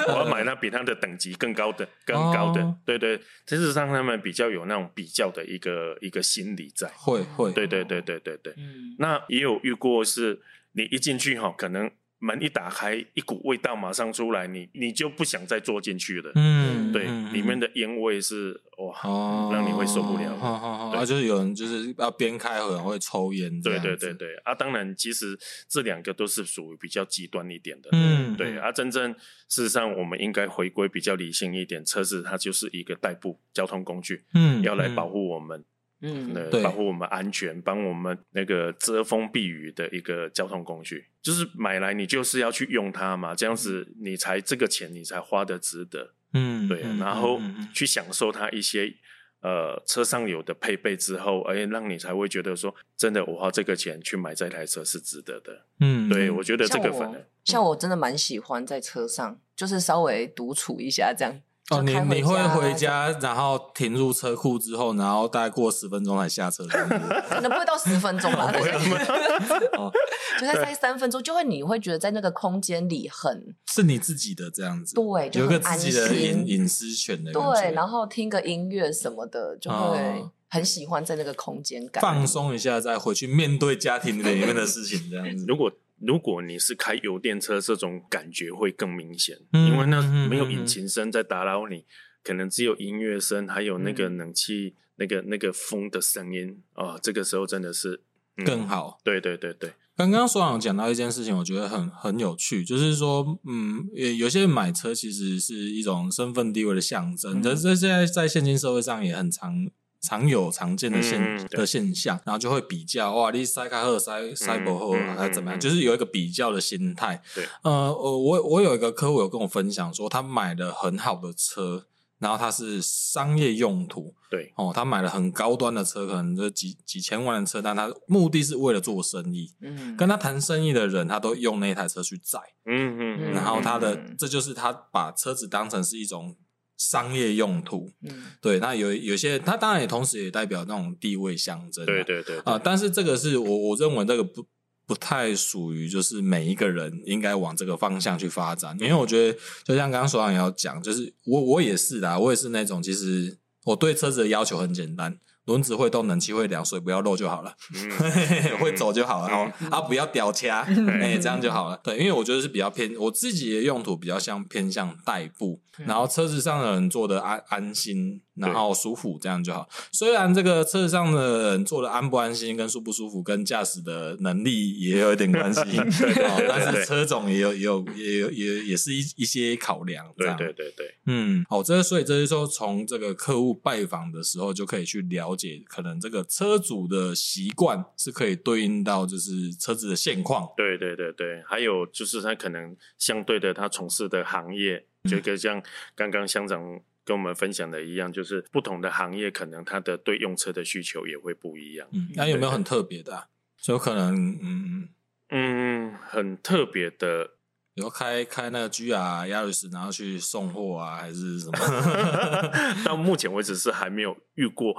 C: 我要买那比它的等级更高的、更高的。
A: 哦
C: 对对，事实上他们比较有那种比较的一个一个心理在。
A: 会会，
C: 对对对对对对。
B: 嗯，
C: 那也有遇过是，你一进去哈、可能门一打开，一股味道马上出来，你你就不想再坐进去了。
A: 嗯，
C: 对，
A: 嗯
C: 里面的烟味是哇，
A: 哦，
C: 让你会受不了
A: 哦哦哦
C: 对
A: 啊，就是有人就是要边开可能会抽烟这
C: 对
A: 样子，
C: 对对对啊！当然，其实这两个都是属于比较极端一点的。
A: 嗯
C: 对啊，真正事实上，我们应该回归比较理性一点，车子它就是一个代步交通工具，
A: 嗯，嗯，
C: 要来保护我们，
B: 嗯，
A: 对
C: 呃，保护我们安全，帮我们那个遮风避雨的一个交通工具。就是买来你就是要去用它嘛，这样子
A: 嗯
C: 你才这个钱你才花的值得。
A: 嗯，嗯，
C: 对，啊
A: 嗯
C: 然后
A: 嗯嗯
C: 去享受它一些呃车上有的配备之后，哎，让你才会觉得说，真的我花这个钱去买这台车是值得的。
A: 嗯，
C: 对，
A: 嗯
C: 我觉得这
B: 像
C: 个反
B: 我
C: 而
B: 像我真的蛮喜欢在车上，就是稍微独处一下这样。
A: 哦，你
B: 就开
A: 你会
B: 啊
A: 回家，然后停入车库之后，然后大概过十分钟才下车，这样子
B: 可能不会到十分钟
C: <laughs>
B: 吧，但是 <laughs>
A: 哦
B: 就在塞三分钟，就会你会觉得在那个空间里很
A: <laughs> 是你自己的这样子，
B: 对，
A: 有
B: 就
A: 一个
B: 很
A: 自
B: 安
A: 己的隐
B: 心。
A: 隐私权的感觉，
B: 对，然后听个音乐什么的，就会
A: 哦
B: 很喜欢在那个空间感。
A: 放松一下，再回去面对家庭里面的事情，这样子。
C: 如果如果你是开油电车，这种感觉会更明显，
A: 嗯
C: 因为那
A: 嗯嗯
C: 没有引擎声在打扰你，可能只有音乐声，还有那个
A: 嗯
C: 冷气、那个那个风的声音啊、这个时候真的是、
A: <laughs>
C: 嗯
A: 更好，
C: 对对对对，
A: 刚刚所长讲到一件事情，我觉得很很有趣，就是说，嗯，有有些人买车其实是一种身份地位的象征，
C: 嗯
A: 这、这现在在现今社会上也很常常有常见的现、
C: 嗯对
A: 的现象，然后就会比较，哇，你塞卡赫塞塞伯赫
C: 嗯嗯
A: 还是怎么样，
C: 嗯
A: 就是有一个比较的心态。
C: 对，
A: 呃，我我我有一个客户有跟我分享说，他买了很好的车，然后他是商业用途，
C: 对，
A: 哦，他买了很高端的车，可能就几几千万的车，但他目的是为了做生意。
B: 嗯，
C: <laughs>
A: 跟他谈生意的人，他都用那台车去载，
C: 嗯嗯嗯，
A: 然后他的、
B: 嗯
A: 这就是他把车子当成是一种商业用途。
B: 嗯
A: 对，那有有些他当然也同时也代表那种地位象征啊、
C: 对对对对
A: 啊、但是这个是我我认为这个不不太属于就是每一个人应该往这个方向去发展，因为我觉得就像刚刚所长也有讲，就是我我也是啦，我也是那种其实我对车子的要求很简单，轮子会动，冷气会凉，水不要漏就好了。
C: 嗯
A: 会走就好了哦，啊，不要屌掐，哎，这样就好了。对，因为我觉得是比较偏我自己的用途比较像偏向代步，然后车子上的人坐的安安心，然后舒服，这样就好。虽然这个车子上的人坐的安不安心、跟舒不舒服、跟驾驶的能力也有一点关系，哦但是车种也有也有也有也也是一一些考量， <laughs> 这
C: 对
A: 样
C: 对对对，
A: 嗯，好，这所以这是说，从这个客户拜访的时候，就可以去了解，可能这个车主的习惯是可以对应到就是车子的现况。
C: 对对对对，还有就是他可能相对的，他从事的行业，
A: 嗯
C: 就跟像刚刚乡长跟我们分享的一样，就是不同的行业，可能他的对用车的需求也会不一样。
A: 嗯，那有没有很特别的、啊？所以有可能，嗯嗯，
C: 嗯，很特别
A: <laughs>
C: 的，
A: 比如开开那个 GR 亚 a r 然后去送货啊，还是什么？
C: 到目前为止是还没有遇过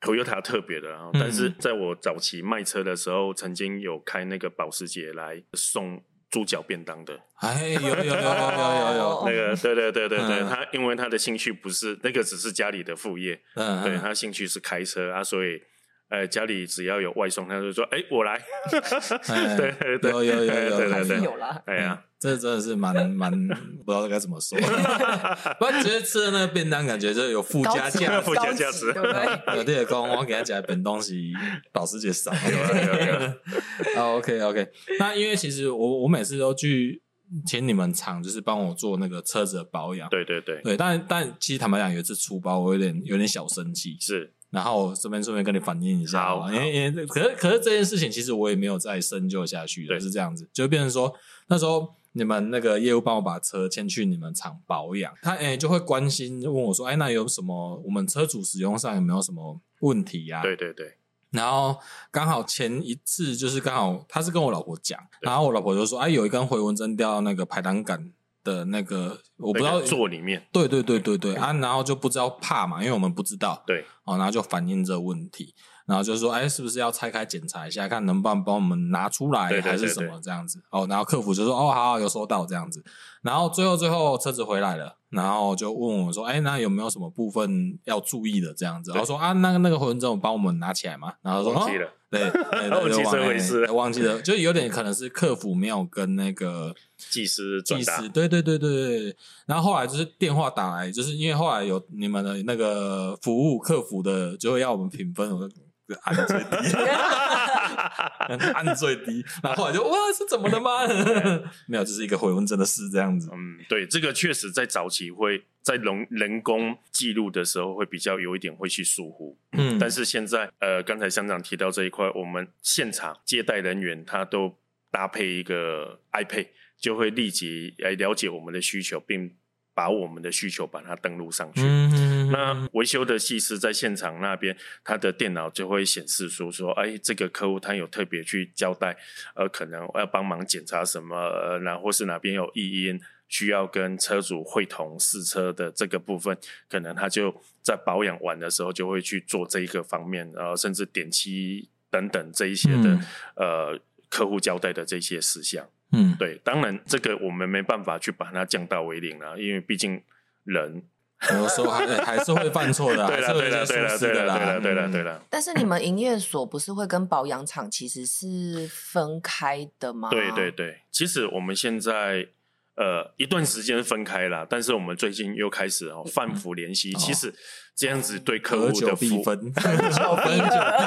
C: Toyota 特别的啊。
A: 嗯
C: 但是在我早期卖车的时候，曾经有开那个保时捷来送猪脚便当的。
A: <laughs> 哎，有有有有有有有，
C: 那个，对对对对对，
A: 哦嗯
C: 他因为他的兴趣不是那个，只是家里的副业，
A: 嗯，
C: 对
A: 嗯
C: 他兴趣是开车啊，所以呃，家里只要有外送，他就说，哎，我来。 <laughs>
A: 哎
C: 对对对
A: 有有有有嗯
C: 对
B: 还
C: 对
B: 是
C: 对，
B: 有啦。
C: 哎呀，
A: 这真的是蛮蛮不知道该怎么
C: <laughs>
A: 说，不然觉得吃的那个便当感觉就有附加价值
C: <laughs>
A: 哦
C: 附。加价
B: 高
C: 值
B: 级对不
A: <laughs>
B: 对？
A: 有的讲，我给他讲本东西，保时捷少。
C: 有有
A: <laughs>
C: 有
A: 啊，OK OK，那因为其实我我每次都去请你们厂，就是帮我做那个车子的保养。
C: 对对对，
A: 对，但但其实坦白讲，有一次出包，我有点有点小生气，
C: 是
A: 然后我这边顺便跟你反映一下
C: 好
A: 好了，因为因为可是可是这件事情其实我也没有再深究下去，
C: 对
A: 就是这样子，就变成说那时候你们那个业务帮我把车牵去你们厂保养，他诶、就会关心问我说，哎、那有什么我们车主使用上有没有什么问题呀、啊？
C: 对对对，
A: 然后刚好前一次就是刚好他是跟我老婆讲，然后我老婆就说，哎、有一根回纹针掉到那个排挡杆的那个，我
C: 我
A: 不知道
C: 座里面，
A: 对对对对对啊，然后就不知道怕嘛，因为我们不知道，
C: 对
A: 哦，然后就反映这个问题，然后就说，哎，是不是要拆开检查一下，看能不能帮我们拿出来，
C: 对对对
A: 还是什么这样子？哦，然后客服就说，哦，好好，有收到这样子。然后最后最后车子回来了，然后就问我说，哎，那有没有什么部分要注意的这样子？然后说啊，那个那个回纹针，我帮我们拿起来嘛。然后说
C: 忘记
A: 哦
C: 了，
A: 对，对
C: <laughs> 忘记
A: 对
C: 这回事
A: 对忘记了，就有点可能是客服没有跟那个
C: 技师转
A: 技
C: 达
A: 师，， <laughs> 对对对对对。对然后后来就是电话打来，就是因为后来有你们的那个服务客服的，就会要我们评分，我就按最 <laughs> 低，按最低。然后后来就哇，是怎么 <laughs> 了吗？没有，就是一个回文针的事这样子。
C: 嗯，对，这个确实在早期会在人人工记录的时候会比较有一点会去疏忽，
A: 嗯
C: 但是现在呃，刚才乡长提到这一块，我们现场接待人员他都搭配一个 iPad，就会立即来了解我们的需求，并把我们的需求把它登录上去。
A: 嗯，
C: 那维修的技师在现场那边，他的电脑就会显示说说，哎，这个客户他有特别去交代，呃，可能要帮忙检查什么，呃，然后或是哪边有异音，需要跟车主会同试车的这个部分，可能他就在保养完的时候就会去做这一个方面，呃，甚至点漆等等这一些的，呃，客户交代的这些事项。
A: <laughs> 嗯，
C: 对，当然这个我们没办法去把它降到为零啦，因为毕竟人。
A: 有时候还哎还是会犯错的啊，
C: 对
A: 还
C: 了，
A: 是
C: 对
A: 会有
C: 了，
A: 一些
C: 对了，
A: 疏失
C: 对
A: 的啦，
C: 了，
A: 嗯
C: 对了，对了，对
A: 了。
C: 了，
B: 但是你们营业所不是会跟保养厂其实是分开的吗？
A: 啊
C: 对对对。其实我们现在呃一段时间分开了，但是我们最近又开始哦反复联系。其实这样子对
A: 嗯
C: 客
A: 合
C: 户的
A: 久
C: 服
A: 必 <laughs>
C: 务，
A: 分，合久必分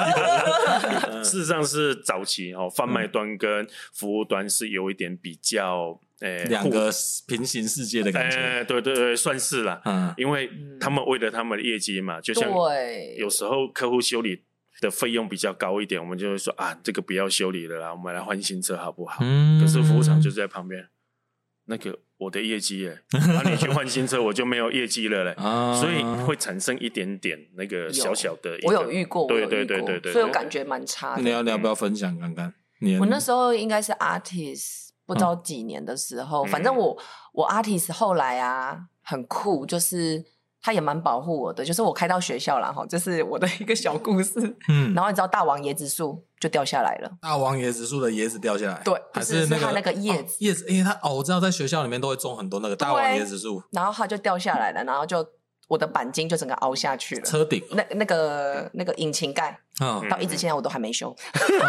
C: 嗯事实上是早期
A: 嗯
C: 哦贩卖端跟服务端是有一点比较诶
A: 两个平行世界的感觉。
C: 哎对对对，算是啦，
A: 嗯，
C: 因为他们为了他们的业绩嘛，就像
B: 对，
C: 有时候客户修理的费用比较高一点，我们就会说啊，这个不要修理了啦，我们来换新车好不好？
A: 嗯
C: 可是服务厂就是在旁边，那个我的业绩耶，那、你去换新车，我就没有业绩
A: <laughs>
C: 了嘞。
A: 啊
C: 所以会产生一点点那个小小的一个，
B: 我有遇过，我
C: 对
B: 有
C: 对
B: 遇
C: 对
B: 过
C: 对对，
B: 所以我感觉蛮差的
A: 你。要你要不要分享看看？你
B: 啊嗯我那时候应该是 artist，不知道
A: 嗯
B: 几年的时候，
C: 嗯
B: 反正我我 artist 后来啊很酷，就是他也蛮保护我的，就是我开到学校了哈，这是我的一个小故事。
A: 嗯，
B: 然后你知道大王椰子树就掉下来了，
A: 大王椰子树的椰子掉下来，
B: 对
A: 还
B: 不是
A: 那
B: 是它
A: 个
B: 那个叶子
A: 哦叶子，因为它哦，我知道在学校里面都会种很多那个大王椰子树，
B: 然后它就掉下来了，然后就我的钣金就整个凹下去了，
A: 车顶
B: 那那个那个引擎盖
A: 啊，
C: 嗯
B: 到一直现在我都还没修，
A: <laughs>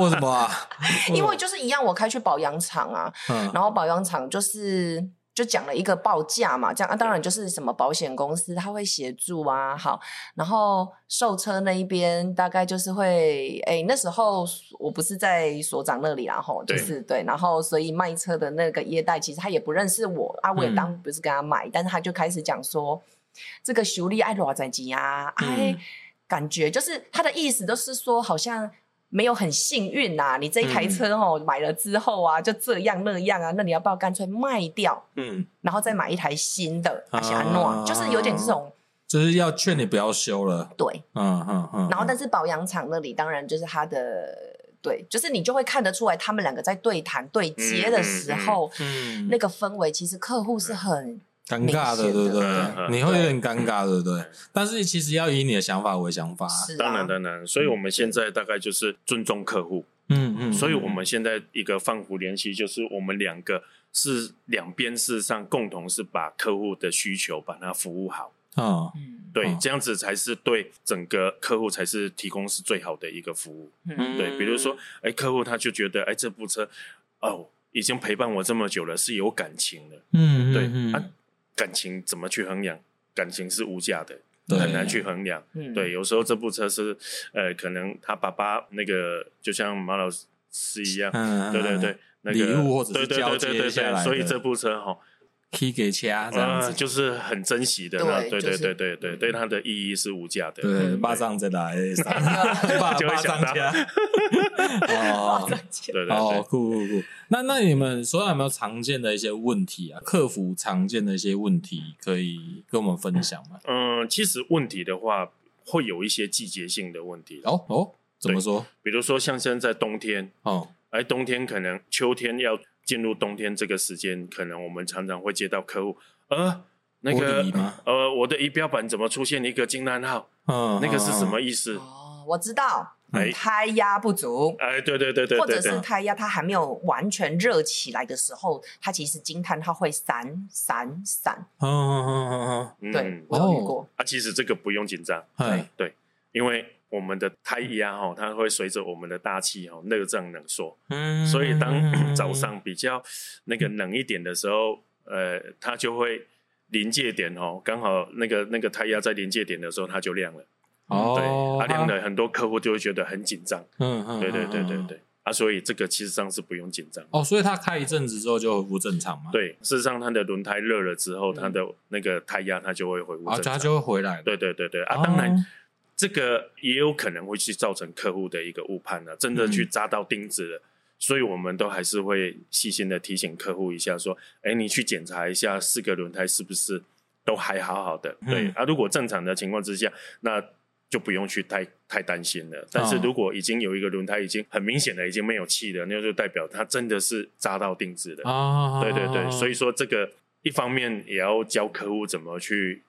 A: 为什么啊？
B: <laughs> 因为就是一样，我开去保养厂啊，
A: 嗯
B: 然后保养厂就是就讲了一个报价嘛，这样啊，当然就是什么保险公司他会协助啊，好，然后售车那一边大概就是会，哎，那时候我不是在所长那里啦，吼，就
C: 对
B: 是对，然后所以卖车的那个业代其实他也不认识我啊，
A: 嗯
B: 我也当不是跟他买，但是他就开始讲说这个修理爱多少钱啊，哎、
A: 嗯
B: 感觉就是他的意思都是说好像。没有很幸运呐、你这一台
A: 嗯
B: 车哦、买了之后啊，就这样那样啊，那你要不要干脆卖掉，
A: 嗯，
B: 然后再买一台新的？
A: 啊
B: 而且安诺就是有点这种
A: 就是要劝你不要修了，
B: 对，
A: 嗯嗯嗯，
B: 然后但是保养厂那里当然就是他的对，就是你就会看得出来，他们两个在对谈对接的时候，
A: 嗯
B: 那个氛围其实客户是很
A: 尴尬的，
B: 明显
A: 对
B: 的
A: 不
C: 嗯
A: 对？
C: 嗯
A: 你会有点尴尬，对不对
C: 嗯？
A: 但是其实要以你的想法为想法啊，
B: 是、啊、
C: 当然当然，所以我们现在大概就是尊重客户，
A: 嗯嗯，
C: 所以我们现在一个放虎联系，就是我们两个是两边事实上共同是把客户的需求把它服务好。
A: 嗯
B: 嗯
C: 对，
A: 哦
C: 这样子才是对整个客户才是提供是最好的一个服务。
B: 嗯
C: 对，比如说，哎，客户他就觉得，哎，这部车哦，已经陪伴我这么久了，是有感情的。
A: 嗯，
C: 对、
A: 嗯
C: 啊，感情怎么去衡量？感情是无价的，
A: 对
C: 很难去衡量。
B: 嗯 <laughs>
C: 对，有时候这部车是，呃，可能他爸爸那个，就像马老师
A: <laughs>
C: 一样，
A: 嗯，
C: 对对对，那个
A: 礼物或者是
C: 对对
A: 交
C: 对
A: 接
C: 对对
A: 下来的
C: 对，所以这部车哈，
A: 可以给掐这样
C: 呃
A: 子，
C: 就是很珍惜的啦，
B: 对
C: 对
B: 就是嗯
C: 对对对对，对它的意义是无价的。
A: 对，
C: <laughs> 嗯
A: 巴掌再来， <laughs> 巴
C: 就会
A: 巴
C: 想
A: 掌
C: 到
A: 掐， <laughs> 哦。
C: <laughs> 对对对
A: 哦，酷酷酷！那那你们所有有没有常见的一些问题啊？客服常见的一些问题，可以跟我们分享吗？
C: 嗯，其实问题的话，会有一些季节性的问题，
A: 哦哦，怎么
C: 对
A: 说？
C: 比如说像现在冬天，
A: 哦，
C: 哎，冬天可能秋天要进入冬天这个时间，可能我们常常会接到客户，呃，那
A: 玻璃吗
C: 个呃，我的仪表板怎么出现一个惊叹号？
A: 嗯，
C: 那个是什
A: 嗯
C: 么？意思？
B: 哦，我知道，
C: 哎
B: 胎压不足。
C: 哎，对对对对
B: 或
C: 对
B: 者
C: 对
B: 是，胎压它还没有完全热起来的时候，它其实惊叹号会闪闪闪。
A: 嗯嗯嗯嗯
C: 嗯
B: 对，我有遇
A: 哦
B: 过，
C: 啊，其实这个不用紧张，
A: 嗯，哎，
C: 因为我们的胎压哈、哦，它会随着我们的大气哈、哦、热胀冷缩，
A: 嗯，
C: 所以当早上比较那个冷一点的时候，呃，它就会临界点哦，刚好那个那个胎压在临界点的时候，它就亮了。
A: 哦，
C: 对，啊亮了，很多客户就会觉得很紧张。
A: 嗯嗯，
C: 对对对对
A: 嗯。嗯
C: 对，啊，所以这个其实上是不用紧张。
A: 哦，所以他开一阵子之后就恢复正常嘛？，
C: 对，事实上它的轮胎热了之后，
B: 嗯
C: 它的那个胎压它就会恢复
A: 啊，
C: 正
A: 他
C: 常。
A: 就会回来了。
C: 对对对对啊，
A: 哦
C: 当然。这个也有可能会去造成客户的一个误判了、真的去扎到钉子了。所以我们都还是会细心的提醒客户一下，说：“哎，你去检查一下四个轮胎是不是都还好好的？”对、
A: 嗯
C: 啊，如果正常的情况之下，那就不用去太太担心了。但是
A: 哦
C: 如果已经有一个轮胎已经很明显的已经没有气了，那就代表它真的是扎到钉子了。
A: 啊，
C: 对对对，所以说这个一方面也要教客户怎么去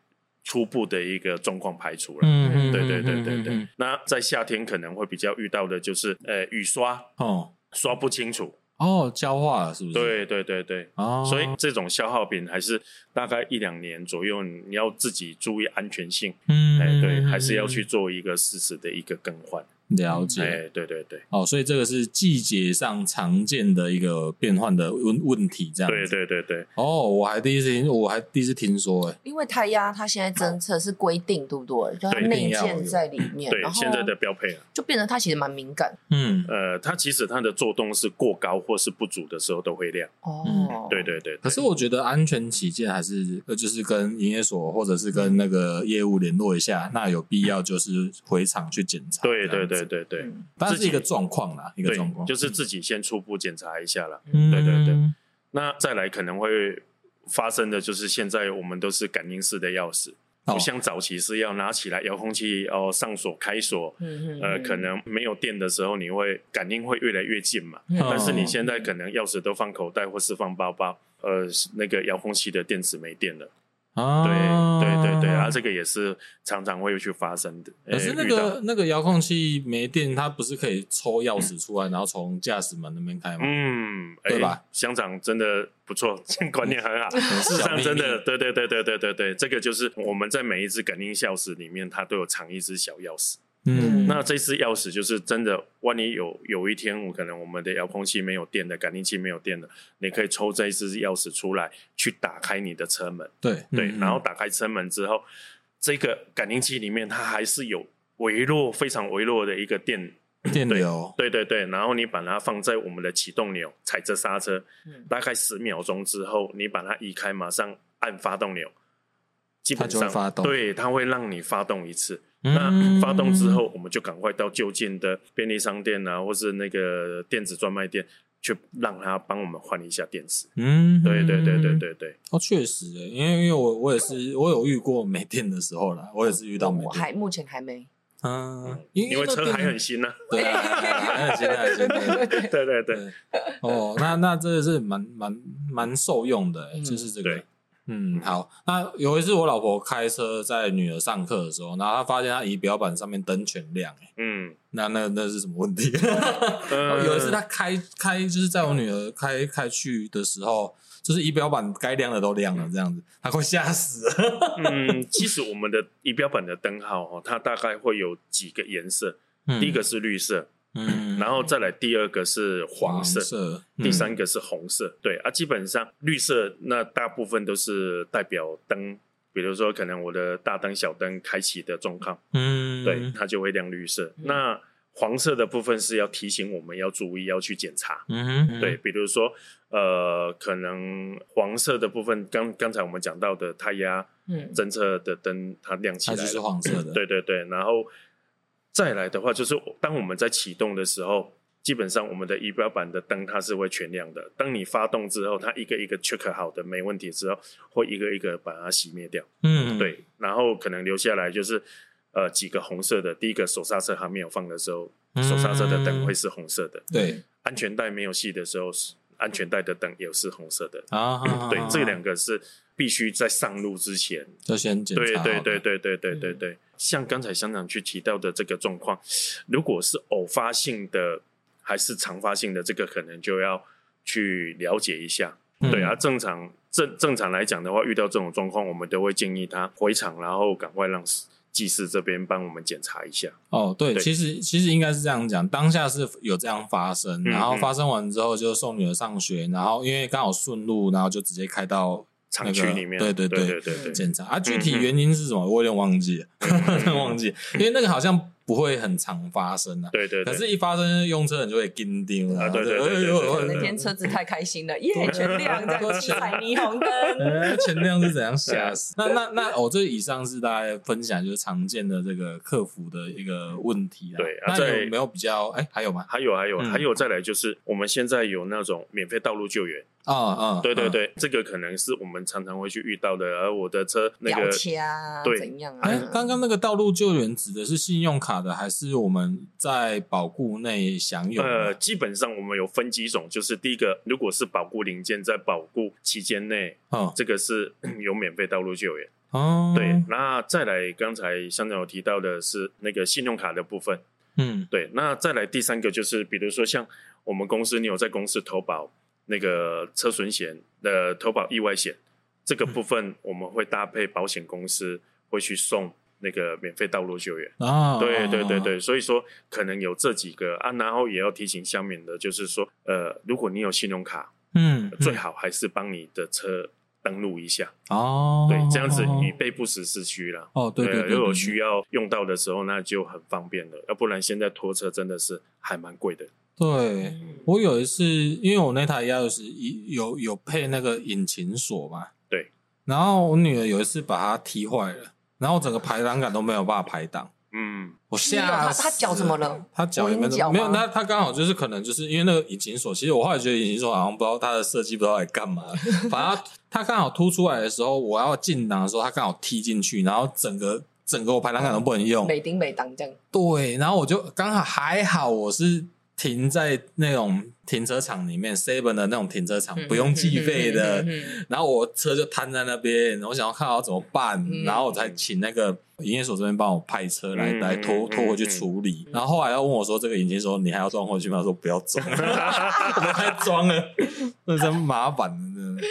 C: 初步的一个状况排除了。
A: 嗯，嗯，
C: 对对对
A: 嗯
C: 对对
A: 嗯。
C: 那在夏天可能会比较遇到的就是，呃，雨刷
A: 哦
C: 刷不清楚。
A: 哦，焦化了是不是？，
C: 对对对对。
A: 哦，
C: 所以这种消耗品还是大概一两年左右，你要自己注意安全性。
A: 嗯，
C: 哎，对，
A: 嗯
C: 还是要去做一个适时的一个更换。
A: 了解。
C: 哎，对对对，
A: 哦，所以这个是季节上常见的一个变换的问问题，这样子。
C: 对对对对，
A: 哦，我还第一次听，我还第一次听说、欸，
B: 因为胎压它现在侦测是规定，对不对？就它
C: 对
B: 内建在里面，
C: 对
B: 然后
C: 现在的标配啊，
B: 就变成它其实蛮敏感
A: 嗯，
C: 呃，它其实它的做动是过高或是不足的时候都会亮。
B: 哦。
C: 对对对，对
A: 可是我觉得安全起见，还是呃，就是跟营业所或者是跟那个业务联络一下，那有必要就是回厂去检查。
C: 对
A: 这样
C: 对
A: 子
C: 对，对对
B: 嗯，
A: 但
C: 自
A: 是
C: 己
A: 一个状况啦，一个状况
C: 对，就是自己先初步检查一下啦。
A: 嗯
C: 对对对，那再来可能会发生的就是现在我们都是感应式的钥匙，
A: 哦
C: 不像早期是要拿起来遥控器哦上锁开锁。
B: 嗯嗯
C: 呃，可能没有电的时候，你会感应会越来越近嘛。
A: 哦
B: 嗯
C: 但是你现在可能钥匙都放口袋或是放包包，呃，那个遥控器的电池没电了。对
A: 啊，
C: 对对对，啊，这个也是常常会去发生的。
A: 可是
C: 呃
A: 那
C: 遇到
A: 个那个遥控器没电，它不是可以抽钥匙出来，然后从驾驶门那边开吗？
C: 嗯，
A: 对
C: 哎
A: 吧？
C: 乡长真的不错， <laughs> 观念很好。事实
A: <laughs> 小
C: 上，
A: 秘
C: 真的，
A: 密
C: 对对对对对对对，这个就是我们在每一只感应钥匙里面，它都有藏一只小钥匙。
A: 嗯，
C: 那这只钥匙就是真的，万一有有一天，我可能我们的遥控器没有电了，感应器没有电了，你可以抽这一只钥匙出来，去打开你的车门。
A: 对
C: 对，
A: 嗯
C: 然后打开车门之后，这个感应器里面它还是有微弱、非常微弱的一个电
A: 嗯电流，
C: 对对对，然后你把它放在我们的启动钮，踩着刹车，
B: 嗯
C: 大概十秒钟之后，你把它移开，马上按发动钮，基本
A: 它就
C: 上
A: 会发动
C: 对，它会让你发动一次。
A: 嗯
C: 那发动之后，我们就赶快到就近的便利商店啊，或是那个电子专卖店，去让它帮我们换一下电池。
A: 嗯，
C: 对对对对对对，
A: 哦，确实耶，因为因为我我也是我有遇过没电的时候啦，我也是遇到没
B: 嗯我
A: 电，
B: 还目前还没。
A: 嗯，
C: 因为车还很
A: 新，
C: 新呢、
A: 对啊，还很新，还很新， <laughs> 对
C: 对对对，
A: 对，哦，那那这个是蛮蛮蛮受用的耶，
B: 嗯
A: 就是这个
C: 对，
A: 嗯，好。那有一次我老婆开车在女儿上课的时候，然后她发现她仪表板上面灯全亮、欸，
C: 嗯，
A: 那那那是什么问题？ <laughs>
C: 呃
A: 哦有一次她开开就是在我女儿开开去的时候，就是仪表板该亮的都亮了，这样子，她快吓死了。 <laughs>
C: 嗯，其实我们的仪表板的灯号哦，它大概会有几个颜色，第一个，是绿色，
A: 嗯
C: 然后再来第二个是黄色，
A: 色，
C: 第三个是红色。对啊，基本上绿色那大部分都是代表灯，比如说可能我的大灯、小灯开启的状况，
A: 嗯，嗯嗯
C: 对，，它就会亮绿色。那黄色的部分是要提醒我们要注意，要去检查。
A: 嗯哼
C: 对，，比如说呃，可能黄色的部分，刚刚才我们讲到的胎压
B: 嗯，
C: 侦测的灯，它亮起
A: 它
C: 来
A: 就是
C: 了。
A: 黄色的，
C: 对对对，然后再来的话，就是当我们在启动的时候，基本上我们的仪表板的灯它是会全亮的。当你发动之后，它一个一个 check 好的没问题之后，会一个一个把它熄灭掉。
A: 嗯，
C: 对，然后可能留下来就是呃几个红色的，第一个手刹车还没有放的时候，
A: 嗯
C: 手刹车的灯会是红色的。
A: 对
C: 安全带没有系的时候，是安全带的灯也是红色的。
A: 啊，好好
C: 对
A: 好，
C: 这两个是必须在上路之前。
A: 就先检
C: 对
A: 查好
C: 对
A: 了，嗯
C: 对对对对对对，像刚才乡长去提到的这个状况，如果是偶发性的还是常发性的，这个可能就要去了解一下。
A: 嗯
C: 对啊，，正常正正常来讲的话，遇到这种状况，我们都会建议他回厂，然后赶快让技师这边帮我们检查一下。
A: 哦，对，
C: 对
A: 其实其实应该是这样讲，当下是有这样发生，
C: 嗯
A: 然后
C: 嗯
A: 发生完之后就送女儿上学，然后因为刚好顺路，然后就直接开到那
C: 厂
A: 个
C: 区里面，
A: 对
C: 对
A: 对
C: 对对对，
A: 检查啊，具体
C: 嗯嗯嗯
A: 原因是什么，我有点忘记了， <laughs> 忘记，因为那个好像不会很常发生啊，
C: 对对对。
A: 可是，一发生用车人就会惊丢了，
C: 啊对对
A: 然后就
C: 对对对对对
B: 那
C: 对
B: 天车子太开心了，耶，全亮，这
A: 对
B: 样七彩霓虹灯。 <laughs>
A: 哎，前量是怎样
C: 啊
A: 吓死？那那那，我、这以上是大家分享就是常见的这个客服的一个问题啊。
C: 对啊
A: 那
C: 在
A: 有没有比较？哎、还有吗？
C: 还有还有、
A: 嗯
C: 还有，再来就是我们现在有那种免费道路救援，
A: 啊、啊、
C: 对对
A: 啊，
C: 对，这个可能是我们常常会去遇到的。而我的车那
B: 摇
C: 个
B: 车啊，
C: 对
B: 怎样啊
A: 哎、？
C: 嗯
A: 刚刚那个道路救援指的是信用卡的，还是我们在保固内享有的？
C: 呃，基本上我们有分几种，就是第一个，如果是保固零件在保固期间内，
A: 哦
C: 这个是 <coughs> 有免费道路救援。
A: 哦，
C: 对，，那再来，刚才乡长有提到的是那个信用卡的部分。
A: 嗯
C: 对，那再来第三个就是，比如说像我们公司，你有在公司投保那个车损险呃，投保意外险这个部分，我们会搭配保险公司会去送那个免费道路救援。
A: 啊，
C: 对对对
A: 啊，
C: 对，所以说可能有这几个啊，然后也要提醒乡民的，就是说，呃，如果你有信用卡，
A: 嗯，
C: 最好还是帮你的车登录一下，
A: 哦，
C: 对，这样子以备不时之需啦。
A: 哦，对对对，
C: 如果需
A: 要，
C: 要用到的时候，那就很方便了。要不然现在拖车真的是还蛮贵的。
A: 对。
B: 嗯
A: 我有一次，因为我那台钥匙一有有配那个引擎锁嘛，
C: 对。
A: 然后我女儿有一次把它踢坏了，然后整个排挡杆都没有办法排挡，
C: 嗯，
A: 我
B: 是啊
A: 吓
B: 她
A: 死
B: 她脚怎么了？
A: 她脚也没
B: 我引脚
A: 没有，
B: 吗
A: 那她刚好就是可能就是因为那个引擎锁，其实我后来觉得引擎锁好像不知道它的设计不知道来干
B: <laughs>
A: 嘛，反正它它刚好凸出来的时候，我要进档的时候，它刚好踢进去，然后整个整个我排挡杆都不能用，
B: 美丁美当这样，
A: 对，然后我就刚好还好，我是停在那种停车场里面，seven 的那种停车场，不用计费的
B: 嗯。嗯嗯嗯嗯
A: 然后我车就瘫在那边，我想要看好怎么办，
B: 嗯
A: 然后我才请那个营业所这边帮我派车来、
C: 嗯
A: 来拖
C: 嗯
A: 拖回去
C: 嗯
A: 处理。然后后来要问我说：“这个引擎说你还要装回去吗？”他说：“不要装，
C: <laughs>
A: 我们还装了，那真麻烦了。”真的。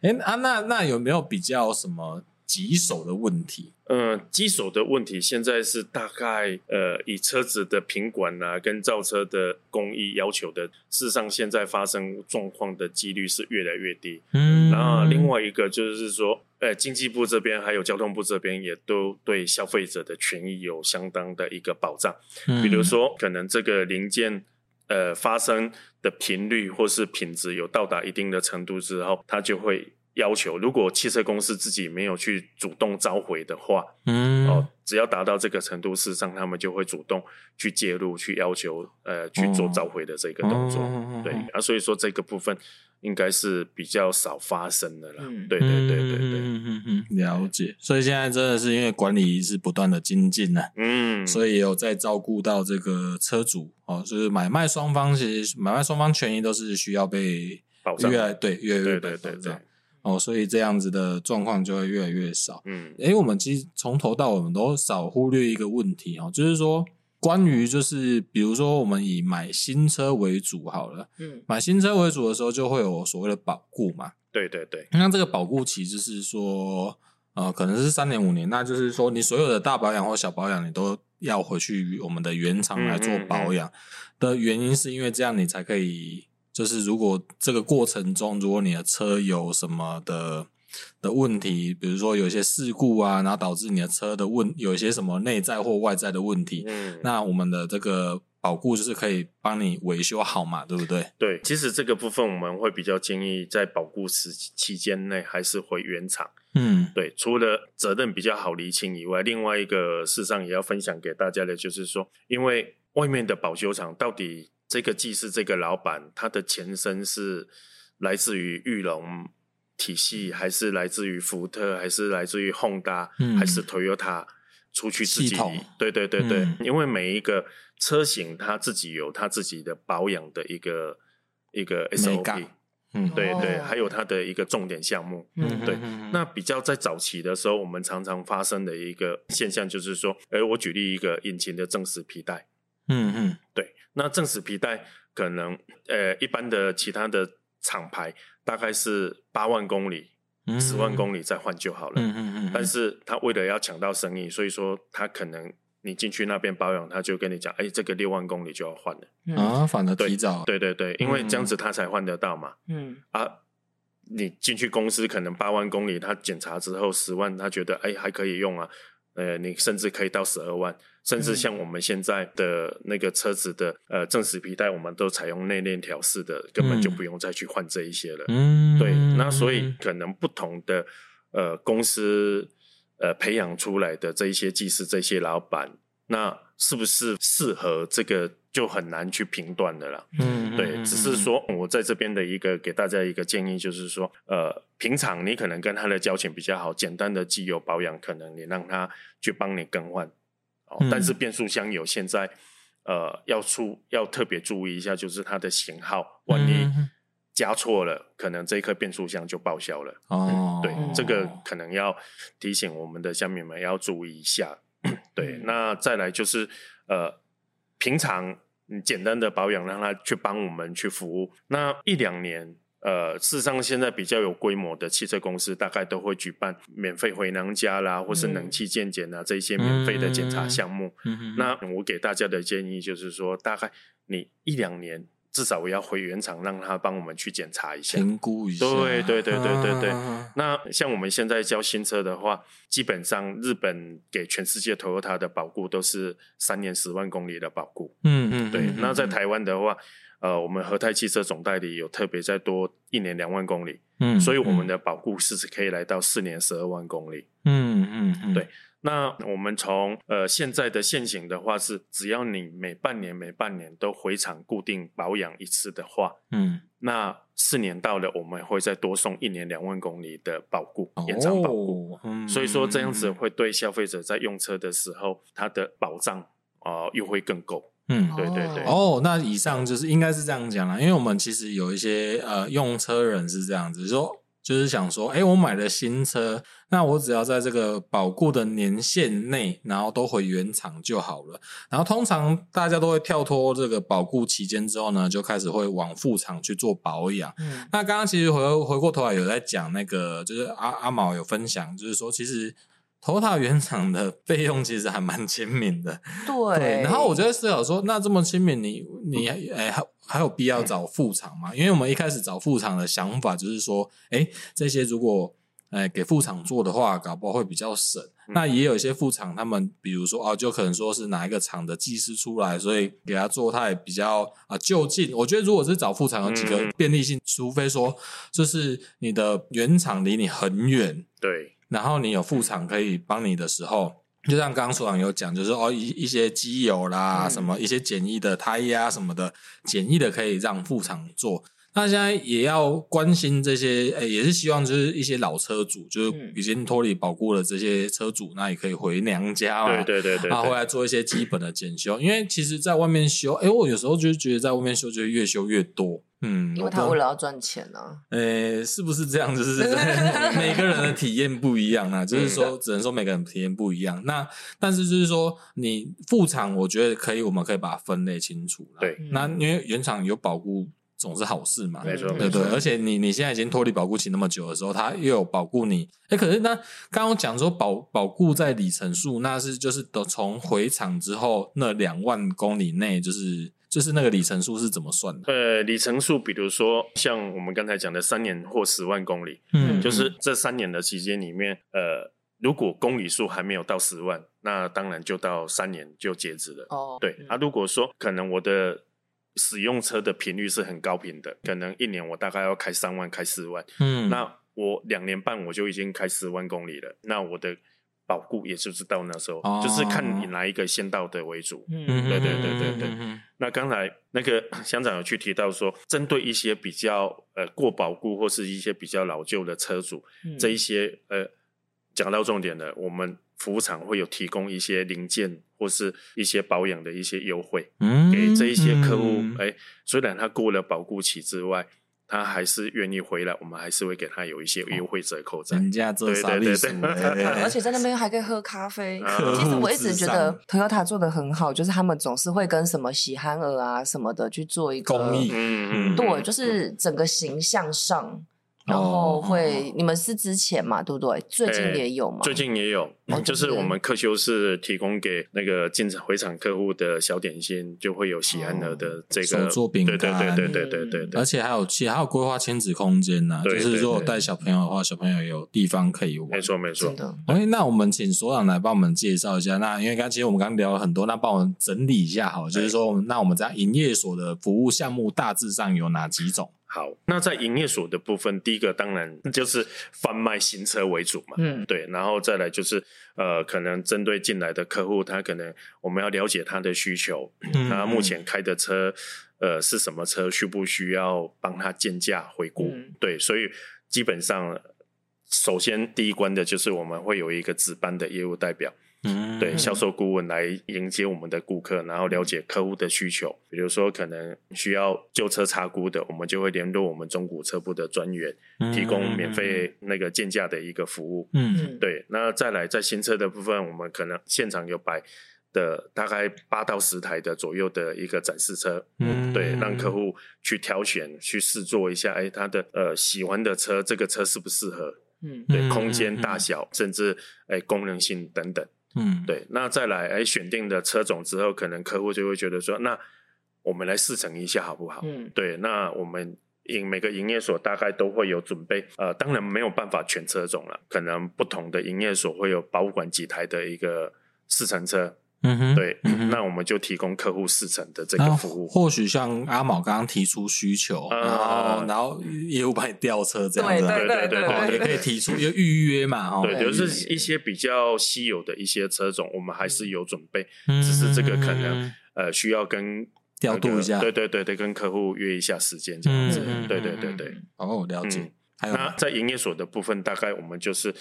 A: 哎啊，那那有没有比较什么棘手的问题？
C: 呃，机手的问题现在是大概呃，以车子的品管啊跟造车的工艺要求的，事实上现在发生状况的几率是越来越低。
A: 嗯
C: 然后另外一个就是说，呃，经济部这边还有交通部这边也都对消费者的权益有相当的一个保障。
A: 嗯
C: 比如说可能这个零件呃发生的频率或是品质有到达一定的程度之后，它就会要求，如果汽车公司自己没有去主动召回的话，
A: 嗯，
C: 哦，只要达到这个程度，事实上他们就会主动去介入，去要求呃去
A: 哦
C: 做召回的这个动作。
A: 嗯
C: 对啊，所以说这个部分应该是比较少发生的啦。
B: 嗯
C: 对对对对对，
A: 嗯嗯嗯嗯，了解。所以现在真的是因为管理是不断的精进呢、
C: 嗯，
A: 所以也有在照顾到这个车主哦，就是买卖双方其实买卖双方权益都是需要被
C: 保障
A: 越来对越来
C: 对
A: 越
C: 对
A: 被
C: 对
A: 保
C: 对
A: 障。哦，所以这样子的状况就会越来越少。
C: 嗯
A: 诶，我们其实从头到尾我们都少忽略一个问题哦，就是说关于就是比如说我们以买新车为主好了，
B: 嗯
A: 买新车为主的时候就会有所谓的保固嘛，
C: 对对对，
A: 那这个保固期就是说，呃，可能是三年五年，那就是说你所有的大保养或小保养，你都要回去我们的原厂来
C: 嗯
A: 做保养。的原因是因为这样你才可以，就是如果这个过程中，如果你的车有什么的的问题，比如说有一些事故啊，然后导致你的车的问有一些什么内在或外在的问题，
C: 嗯
A: 那我们的这个保固就是可以帮你维修好嘛，对不对？
C: 对，其实这个部分我们会比较建议在保固时期间内还是回原厂。
A: 嗯
C: 对，除了责任比较好厘清以外，另外一个事实上也要分享给大家的就是说，因为外面的保修厂到底这个技师、这个老板他的前身是来自于玉龙体系，还是来自于福特，还是来自于 Honda，、
A: 嗯
C: 还是 Toyota？出去自
A: 系
C: 己
A: 统，
C: 对对对对，
A: 嗯
C: 因为每一个车型它自己有它自己的保养的一个一个 SOP，
A: 感嗯，
C: 对对，
B: 哦
C: 还有它的一个重点项目，
B: 嗯
C: 对
A: 嗯
C: 那比较在早期的时候，我们常常发生的一个现象就是说，哎，我举例一个引擎的正时皮带，
A: 嗯嗯
C: 对，那正时皮带可能呃一般的其他的厂牌大概是八万公里、
A: 嗯
C: 十万公里再换就好了，
A: 嗯嗯嗯，
C: 但是他为了要抢到生意，所以说他可能你进去那边保养，他就跟你讲，哎，这个六万公里就要换了，
B: 嗯
A: 啊，反而提
C: 对
A: 早，
C: 对对对，因为
A: 嗯
C: 这样子他才换得到嘛，
B: 嗯
C: 啊，你进去公司可能八万公里，他检查之后十万，他觉得哎还可以用啊，呃，你甚至可以到十二万，甚
A: 嗯
C: 至像我们现在的那个车子的呃正时皮带，我们都采用内链调试的，根本就不用再去换这一些了。
A: 嗯，
C: 对，那所以可能不同的呃公司呃培养出来的这一些技师、这些老板，那是不是适合这个就很难去评断的啦。
A: 嗯，
C: 对，只是说我在这边的一个给大家一个建议，就是说，呃，平常你可能跟他的交情比较好，简单的机油保养，可能你让他去帮你更换。哦，
A: 嗯
C: 但是变速箱油现在，呃，要注要特别注意一下，就是它的型号，万一
A: 嗯
C: 加错了，可能这一颗变速箱就报销了。
A: 哦，
C: 对
B: 哦，
C: 这个可能要提醒我们的乡民们要注意一下。 <clears throat>
B: 嗯
C: 对，那再来就是呃，平常你简单的保养，让它去帮我们去服务。那一两年，呃，事实上现在比较有规模的汽车公司，大概都会举办免费回娘家啦，或是
B: 嗯
C: 冷气健检啊这一些免费的检查项目。
A: 嗯，
C: 那我给大家的建议就是说，大概你一两年至少要回原厂，让他帮我们去检查一下。
A: 评估一下，
C: 对对对对对对
A: 啊
C: 那像我们现在交新车的话，基本上日本给全世界 Toyota 的保固都是三年十万公里的保固。
A: 嗯嗯，
C: 对，
A: 嗯
C: 那在，台湾的话，呃，我们和泰汽车总代理有特别再多一年两万公里，
A: 嗯
C: 所以我们，的保固是可以来到四年十二万公里。
A: 嗯嗯嗯，
C: 对那我们从呃现在的现行的话是，只要你每半年每半年都回厂固定保养一次的话，
A: 嗯，
C: 那四年到了，我们会再多送一年两万公里的保固，延长保固。
A: 哦，嗯
C: 所以说这样子，会对消费者在用车的时候，它的保障啊、呃又会更够。
A: 嗯，
C: 对对对
A: 哦，那以上就是应该是这样讲啦，因为我们其实有一些呃用车人是这样子说。就是想说，哎、我买了新车，那我只要在这个保固的年限内，然后都回原厂就好了。然后通常大家都会跳脱这个保固期间之后呢，就开始会往副厂去做保养。
B: 嗯
A: 那刚刚其实回回过头来有在讲那个，就是阿阿毛有分享，就是说其实头塔原厂的费用其实还蛮 <laughs> 亲民的。
B: 对，
A: 然后我就在思考说，那这么亲民，你你哎还还有必要找副厂吗？因为我们一开始找副厂的想法就是说，哎，这些如果哎给副厂做的话，搞不好会比较省。那也有一些副厂，他们比如说哦，就可能说是哪一个厂的技师出来，所以给他做，他也比较啊就近。我觉得如果是找副厂，有几个
C: 嗯
A: 便利性，除非说就是你的原厂离你很远，
C: 对，
A: 然后你有副厂可以帮你的时候，就像刚刚所长有讲，就是哦一一些机油啦，
B: 嗯
A: 什么一些简易的胎压什么的，简易的可以让副厂做。那现在也要关心这些，呃，也是希望就是一些老车主，就是
B: 嗯
A: 已经脱离保固的这些车主，那也可以回娘家啊
B: 啊
A: 嘛，
C: 对对对对
A: 然后回
C: 对，
A: 来做一些基本的检修。因为其实在外面修，哎，我有时候就觉得在外面修就会越修越多，嗯，
B: 因为他为了要赚钱啊。
A: 呃，是不是这样？就是 <laughs> 每个人的体验不一样啊，就是
C: 嗯
A: 说，只能说每个人体验不一样。那但是就是说，你副厂，我觉得可以，我们可以把它分类清楚啦。
C: 对
A: 那因为原厂有保固总是好事嘛，
C: 没错
B: 嗯
A: 对
C: 没
A: 对，
C: 错
A: 而且你你现在已经脱离保固期那么久的时候，它又有保固你，哎，可是那刚刚讲说保保固在里程数，那是就是都从回厂之后那两万公里内，就是就是那个里程数是怎么算的？
C: 呃，里程数，比如说像我们刚才讲的三年或十万公里，
B: 嗯
C: 就是这三年的期间里面，呃，如果公里数还没有到十万，那当然就到三年就截止了。
B: 哦，
C: 对，啊，如果说可能我的使用车的频率是很高频的，可能一年我大概要开三万、开四万，
A: 嗯，
C: 那我两年半我就已经开四万公里了，那我的保固也就是到那时候，
A: 哦
C: 就是看你哪一个先到的为主。
A: 嗯，
B: 嗯
C: 对对对对对
A: 嗯嗯嗯
C: 那刚才那个乡长有去提到说，针对一些比较呃过保固或是一些比较老旧的车主，
B: 嗯
C: 这一些呃讲到重点了，我们服务厂会有提供一些零件或是一些保养的一些优惠。
A: 嗯
C: 给这一些客户，
A: 嗯
C: 哎、虽然他过了保固期之外，他还是愿意回来，我们还是会给他有一些优惠折扣在。
A: 人家这啥历史，
C: 对对对对
B: 而
A: <laughs> 而
B: 且在那边还可以喝咖啡
C: 客。
B: 其实我一
A: 户
B: 直
A: 至
B: 觉得 Toyota 做的很好，就是他们总是会跟什么喜憨儿啊什么的去做一个
A: 公益
C: 嗯嗯，
B: 对，就是整个形象上，然后会、你们是之前嘛，对不对？最近也有嘛，
C: 最近也有，
B: 哦
C: <laughs> 就是我们客修是提供给那个进场回厂客户的小点心，就会有喜安儿
B: 哦
C: 的这
A: 手
C: 个
A: 做饼
C: 对对
A: 干
C: 对对对对对
B: 嗯
A: 而
C: 对，
A: 且还有其还有规划亲子空间呐、
C: 对
A: 就是
C: 对
A: 如果
C: 对
A: 带小朋友的话，小朋友有地方可以玩。
C: 没错没错
B: 真。的，
A: 哎，那我们请所长来帮我们介绍一下。那因为刚其实我们刚聊了很多，那帮我们整理一下好了，就是说我们，那我们在营业所的服务项目大致上有哪几种？
C: 好，那在营业所的部分，第一个当然就是贩卖新车为主嘛，
B: 嗯
C: 对，然后再来就是呃，可能针对进来的客户，他可能我们要了解他的需求，
B: 嗯
C: 他嗯目前开的车呃是什么车，需不需要帮他鉴价回顾？
B: 嗯
C: 对，所以基本上首先第一关的就是我们会有一个值班的业务代表，
A: 嗯，
C: 对销售顾问来迎接我们的顾客，然后了解客户的需求。比如说，可能需要旧车查估的，我们就会联络我们中古车部的专员，提供免费那个鉴价的一个服务。
A: 嗯嗯。嗯，
B: 嗯，
C: 对，那再来在新车的部分，我们可能现场有摆的大概八到十台的左右的一个展示车，
A: 嗯
C: 对，让客户去挑选、去试坐一下，哎，他的呃喜欢的车，这个车适不适合？
B: 嗯
C: 对，
A: 嗯
C: 空
A: 嗯
C: 间
A: 嗯
C: 大小，甚至哎功能性等等。
A: 嗯，
C: 对，那再来哎选定的车种之后，可能客户就会觉得说，那我们来试乘一下好不好？
B: 嗯
C: 对，那我们营每个营业所大概都会有准备，呃，当然没有办法全车种了，可能不同的营业所会有保管几台的一个试乘车，
A: 嗯哼，
C: 对，
A: 嗯哼啊哦
C: 那我们就提供客户试乘的这
A: 那
C: 个服务。
A: 或许像阿毛刚刚提出需求，
C: 嗯
A: 然后然后业务帮你调车这样子啊，
B: 对
C: 对对
A: 哦，也可以提出一个预约嘛，哦，
C: 对，
B: 对
C: 就是一些比较稀有的一些车种，我们还是有准备，
A: 嗯
C: 只是这个可能呃需要跟
A: 调
C: 那个
A: 度一下
C: 对对对对，跟客户约一下时间这样子
A: 嗯嗯，
C: 对
A: 嗯
C: 对
A: 嗯
C: 对
A: 嗯
C: 对。
A: 哦，了解
C: 嗯。
A: 还有
C: 那在营业所的部分，大概我们就是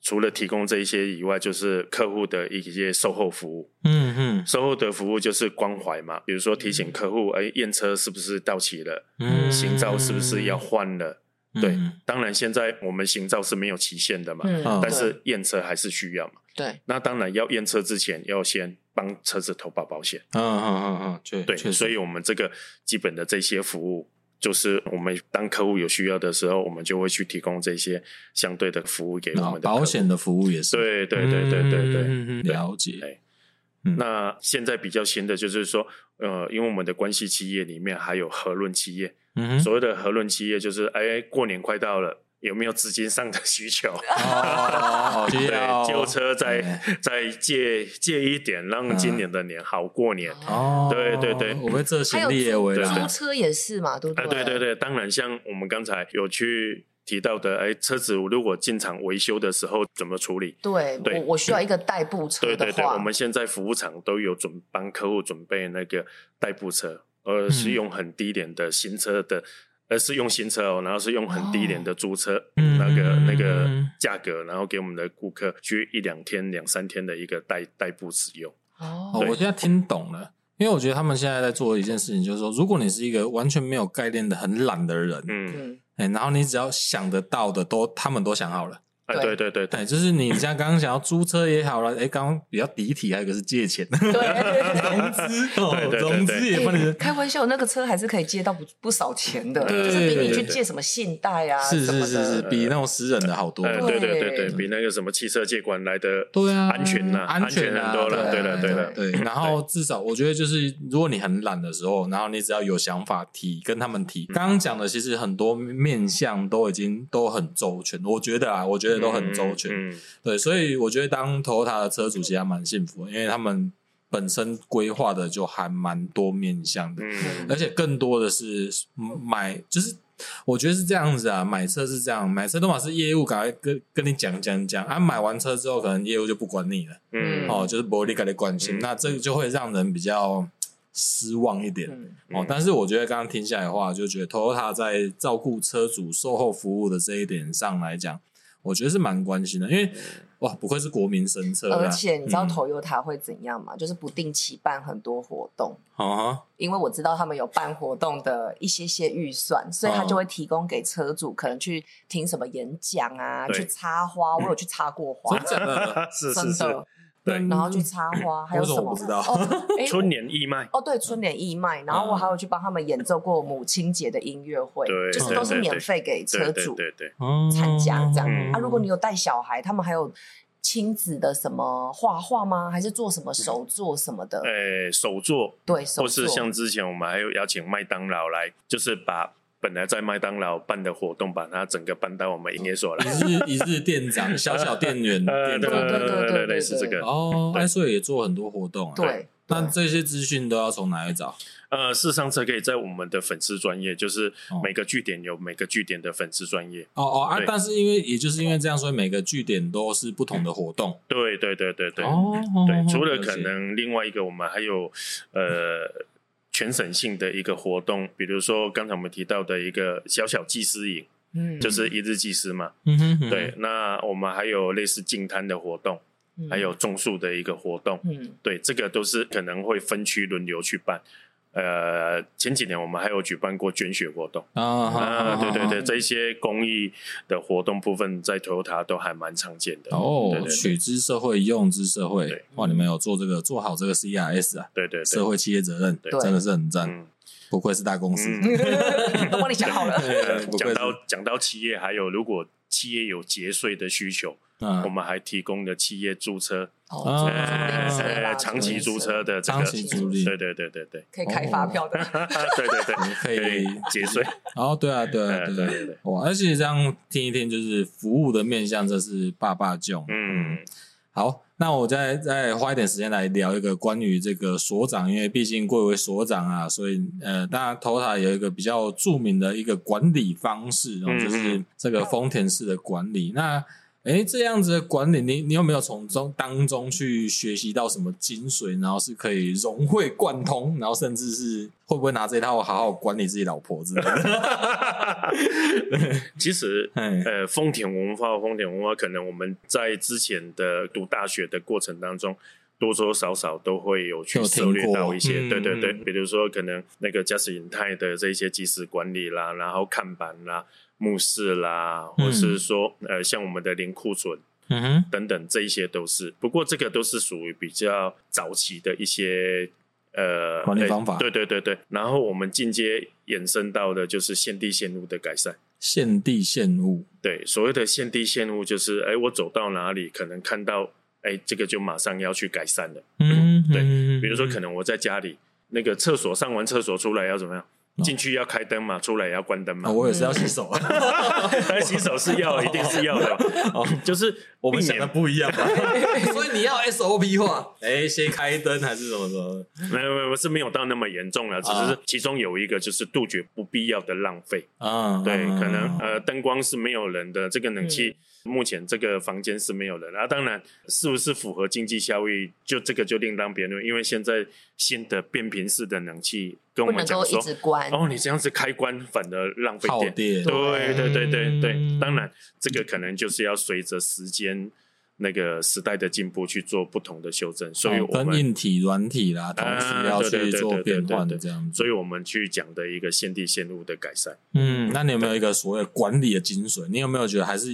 C: 除了提供这一些以外，就是客户的一些售后服务。
A: 嗯嗯
C: 售后的服务就是关怀嘛，比如说提醒客户，哎，验车是不是到期了，
A: 嗯
C: 行照是不是要换了？
A: 嗯
C: 对，当然现在我们行照是没有期限的嘛，
A: 嗯
B: 嗯，
C: 但是验车还是需要嘛。
B: 对，
C: 那当然要验车之前，要先帮车子投保保险。
A: 嗯嗯嗯嗯，确
C: 对，
A: 确实
C: 所以我们这个基本的这些服务，就是我们当客户有需要的时候，我们就会去提供这些相对的服务给我
A: 哦
C: 们的
A: 保
C: 客户
A: 险。的服务也是，
C: 对对对对对对。
A: 嗯嗯嗯
C: 对
A: 了解。
C: 对那现在比较新的就是说，呃，因为我们的关系企业里面还有合润企业，
A: 嗯哼，
C: 所谓的合润企业就是，哎，过年快到了。有没有资金上的 <laughs> 需求？
A: 哦，就要
C: <laughs> 对，旧车再
A: 哎
C: 再借借一点，让今年的年好过年。
A: 哦，
C: 对对对
A: 我们这
B: 还
A: 行
B: 有
A: 李也为
B: 租
C: 对
A: 啦
B: 租，车也是嘛，对不
C: 啊，
B: 对？
C: 对对对，当然，像我们刚才有去提到的，哎，车子如果进厂维修的时候怎么处理？
B: 对，
C: 对
B: 我我需要一个代步车
C: 对
B: 的
C: 对对，
B: 话，
C: 我们现在服务厂都有准帮客户准备那个代步车，
A: 嗯
C: 而是用很低廉的新车的，而是用新车哦，然后是用很低廉的租车、
A: 嗯
C: 那个那个价格，然后给我们的顾客去一两天、两三天的一个代代步使用。
A: 哦，
B: 哦
A: 我现在听懂了。因为我觉得他们现在在做的一件事情，就是说，如果你是一个完全没有概念的很懒的人，
C: 嗯，
B: 嗯，
A: 哎、然后你只要想得到的都，他们都想好了。
C: 哎，
B: 对
C: 对对对对，
A: 对，就是你像刚刚想要租车也好了，哎、刚刚比较第体，还有一个是借
C: <laughs>
A: 钱，
B: <laughs> 对。哎
A: 融资哦
C: 对对对，对
A: 融资也不能。
B: 开玩笑，那个车还是可以借到不不少钱的，
A: 对
B: 就是比你
A: 对
B: 去
A: 对
B: 借什么信贷啊
A: 是
B: 什么
A: 是
B: 的。
A: 是是，比那种私人的好多。
C: 呃，对对对
B: 对
C: 对，比那个什么汽车借管来的
A: 对啊，
C: 安全呐，
A: 安
C: 安全
A: 啊
C: 很多了，
A: 对
C: 对
A: 啊
C: 了对了，
A: 对，然后至少我觉得就是，如果你很懒的时候，然后你只要有想法提，跟他们提。刚刚讲的其实很多面向都已经都很周全，我觉得啊，我觉得都很周全。
C: 嗯，嗯
A: 对，所以我觉得当 Toyota 的车主其实还蛮幸福的，因为他们本身规划的就还蛮多面向的，
C: 嗯
A: 而且更多的是买，就是我觉得是这样子啊，买车是这样，买车的话是业务赶快跟跟你讲讲讲啊，买完车之后可能业务就不管你了。
C: 嗯
A: 哦，就是伯利克的关心，
C: 嗯
A: 那这个就会让人比较失望一点、
B: 嗯，
A: 哦。但是我觉得刚刚听下来的话，就觉得 Toyota 在照顾车主售后服务的这一点上来讲，我觉得是蛮关心的，因为哇，不愧是国民神车啊，
B: 嗯而且你知道
A: 嗯
B: Toyota 会怎样吗？就是不定期办很多活动，
A: 好啊哈，
B: 因为我知道他们有办活动的一些些预算，所以他
C: 嗯
B: 就会提供给车主，可能去听什么演讲啊，
C: 对
B: 去插花。我有去插过花，
A: 真的
C: 呃是
B: 真
C: 是是
B: 的，，哎
C: 对
B: 然后去插花，还有
A: 为什
B: 什
A: 么
B: 么？
A: 我不知道
B: 哦，诶
C: <laughs> 春年义卖，
B: 哦，对，春联义卖，然后我还有去帮他们演奏过母亲节的音乐会，
C: 对
B: 就是都是免费给车
C: 对对
B: 主
C: 对对，
A: 哦
B: 参加这样。
C: 嗯
B: 啊，如果你有带小孩，他们还有亲子的什么画画吗？还是做什么手作什么的？
C: 呃，手作
B: 对，手
C: 或
B: 作
C: 是像之前我们还有邀请麦当劳来，就是把本来在麦当劳办的活动，把它整个搬到我们营业所来。
A: 一日一
C: <laughs>
A: 日店长，小小店员，
C: 呃，
A: 店
C: <laughs> 对对
A: 长
B: 对对
C: 对
B: 对
C: 对，
B: 对
C: 类似这个。
A: 哦，哎，所以也做很多活动啊。，
B: 对，
A: 那这些资讯都要从哪里找？
C: 呃，事实上，这可以在我们的粉丝专业，就是
A: 哦
C: 每个据点有每个据点的粉丝专业。
A: 哦哦啊
C: 对！
A: 但是因为也就是因为这样，所以每个据点都是不同的活动。
C: 对对对对对。
A: 哦，
C: 对，除了
A: 解
C: 可能另外一个，我们还有呃全省性的一个活动，比如说刚才我们提到的一个小小技师营，
B: 嗯，
C: 就是一日技师嘛。
A: 嗯哼嗯哼
C: 对，那我们还有类似净滩的活动，
B: 嗯
C: 还有种树的一个活动。
B: 嗯
C: 对，这个都是可能会分区轮流去办。呃，前几年我们还有举办过捐血活动
A: 啊，
C: 啊、
A: 好好好
C: 对对
A: 好
C: 对，这一些公益的活动部分在 Toyota 都还蛮常见的。对
A: 哦，
C: 对
A: 取之社会，用之社会
C: 对。
A: 哇，你们有做这个，做好这个 CRS 啊，
C: 对对
A: 社
C: 对，
A: 会企业责任
C: 对，
A: 真的是很赞，
C: 嗯
A: 不愧是大公司。 <laughs>
B: <laughs>
C: 嗯。
B: 都帮你想好了。
A: 对不
C: 讲
A: 愧
C: 到
A: 是
C: 讲到企业，还有如果企业有节税的需求，我
A: 嗯，
C: 们还提供了企业租车，
A: 啊
B: 哦，
C: 呃
B: 租赁车啦
C: 长期租车的这个
A: 长，期助力。
C: 对对对对对，
B: 可以开发票的，
C: <laughs> 对对对，
A: 可以
C: 节税，
A: 哦，对啊， <laughs> 对啊，
C: 呃
A: 对
C: 对
A: 啊
C: 对对。
A: 哇，而且这样听一听，就是服务的面向，这是爸爸囧。
C: <laughs> 嗯，
A: 好，那我再再花一点时间来聊一个关于这个所长，因为毕竟贵为所长啊，所以呃，当然 TOTA 有一个比较著名的一个管理方式哦，
C: 嗯
A: 就是这个丰田式的管理。那诶，这样子的管理，你你有没有从中当中去学习到什么精髓，然后是可以融会贯通，然后甚至是会不会拿这套好好管理自己老婆之类的？ <laughs>
C: 其实
A: 嘿
C: 呃，丰田文化，丰田文化，可能我们在之前的读大学的过程当中。多多少少都会有去
A: 有听
C: 涉猎到
A: 过
C: 一些，
A: 嗯
C: 对对对，
A: 嗯
C: 比如说可能那个驾驶形态的这一些即时管理啦，然后看板啦、目视啦，或是说、呃像我们的零库存
A: 嗯哼，
C: 等等，这一些都是。不过这个都是属于比较早期的一些呃
A: 管理方法
C: 对对对对。然后我们进阶衍生到的就是限地限路的改善。
A: 现地现物，
C: 对，所谓的限地限路，就是哎，我走到哪里，可能看到哎，这个就马上要去改善了。
A: 嗯，
C: 对
A: 嗯
C: 比如说，可能我在家里那个厕所上完厕所出来要怎么样？
A: 哦
C: 进去要开灯嘛，出来也要关灯嘛
A: 啊，。我也是要洗手啊，
C: 但 <laughs> 洗手是要，一定是要的嘛。就是
A: <laughs> 哦我们
C: 避
A: 想
C: 免
A: 的不一样吧？ <laughs> 所以你要 SOP 化，哎、先开灯还是什么什么？
C: <laughs> 没有没有是没有到那么严重了，只是
A: 啊
C: 其中有一个就是杜绝不必要的浪费。
A: 嗯，
C: 对，
A: 嗯
C: 可能呃灯光是没有人的，这个冷
B: 嗯
C: 气、目前这个房间是没有人啊。当然，是不是符合经济效益，就这个就另当别论，因为现在新的变频式的冷气
B: <laughs>
C: 跟
B: 不
C: 我
B: 能
C: 们
B: 够
C: 讲
B: 一
C: 说，
B: 直关。
C: 哦，你这样子开关反而浪费
A: 耗
C: 电。
A: 电，
C: 对对对对对，
A: 嗯
C: 当然这个可能就是要随着时间那个时代的进步去做不同的修正，所以
A: 哦
C: 我
A: 跟
C: 们
A: 硬体、软体啦，同时要
C: 对对
A: 去
C: 对
A: 做
C: 对
A: 变
C: 对
A: 换
C: 对
A: 的这样子。
C: 所以我们去讲的一个限地限路的改善，
A: 嗯，那你有没有一个所谓管理的精髓？你有没有觉得还是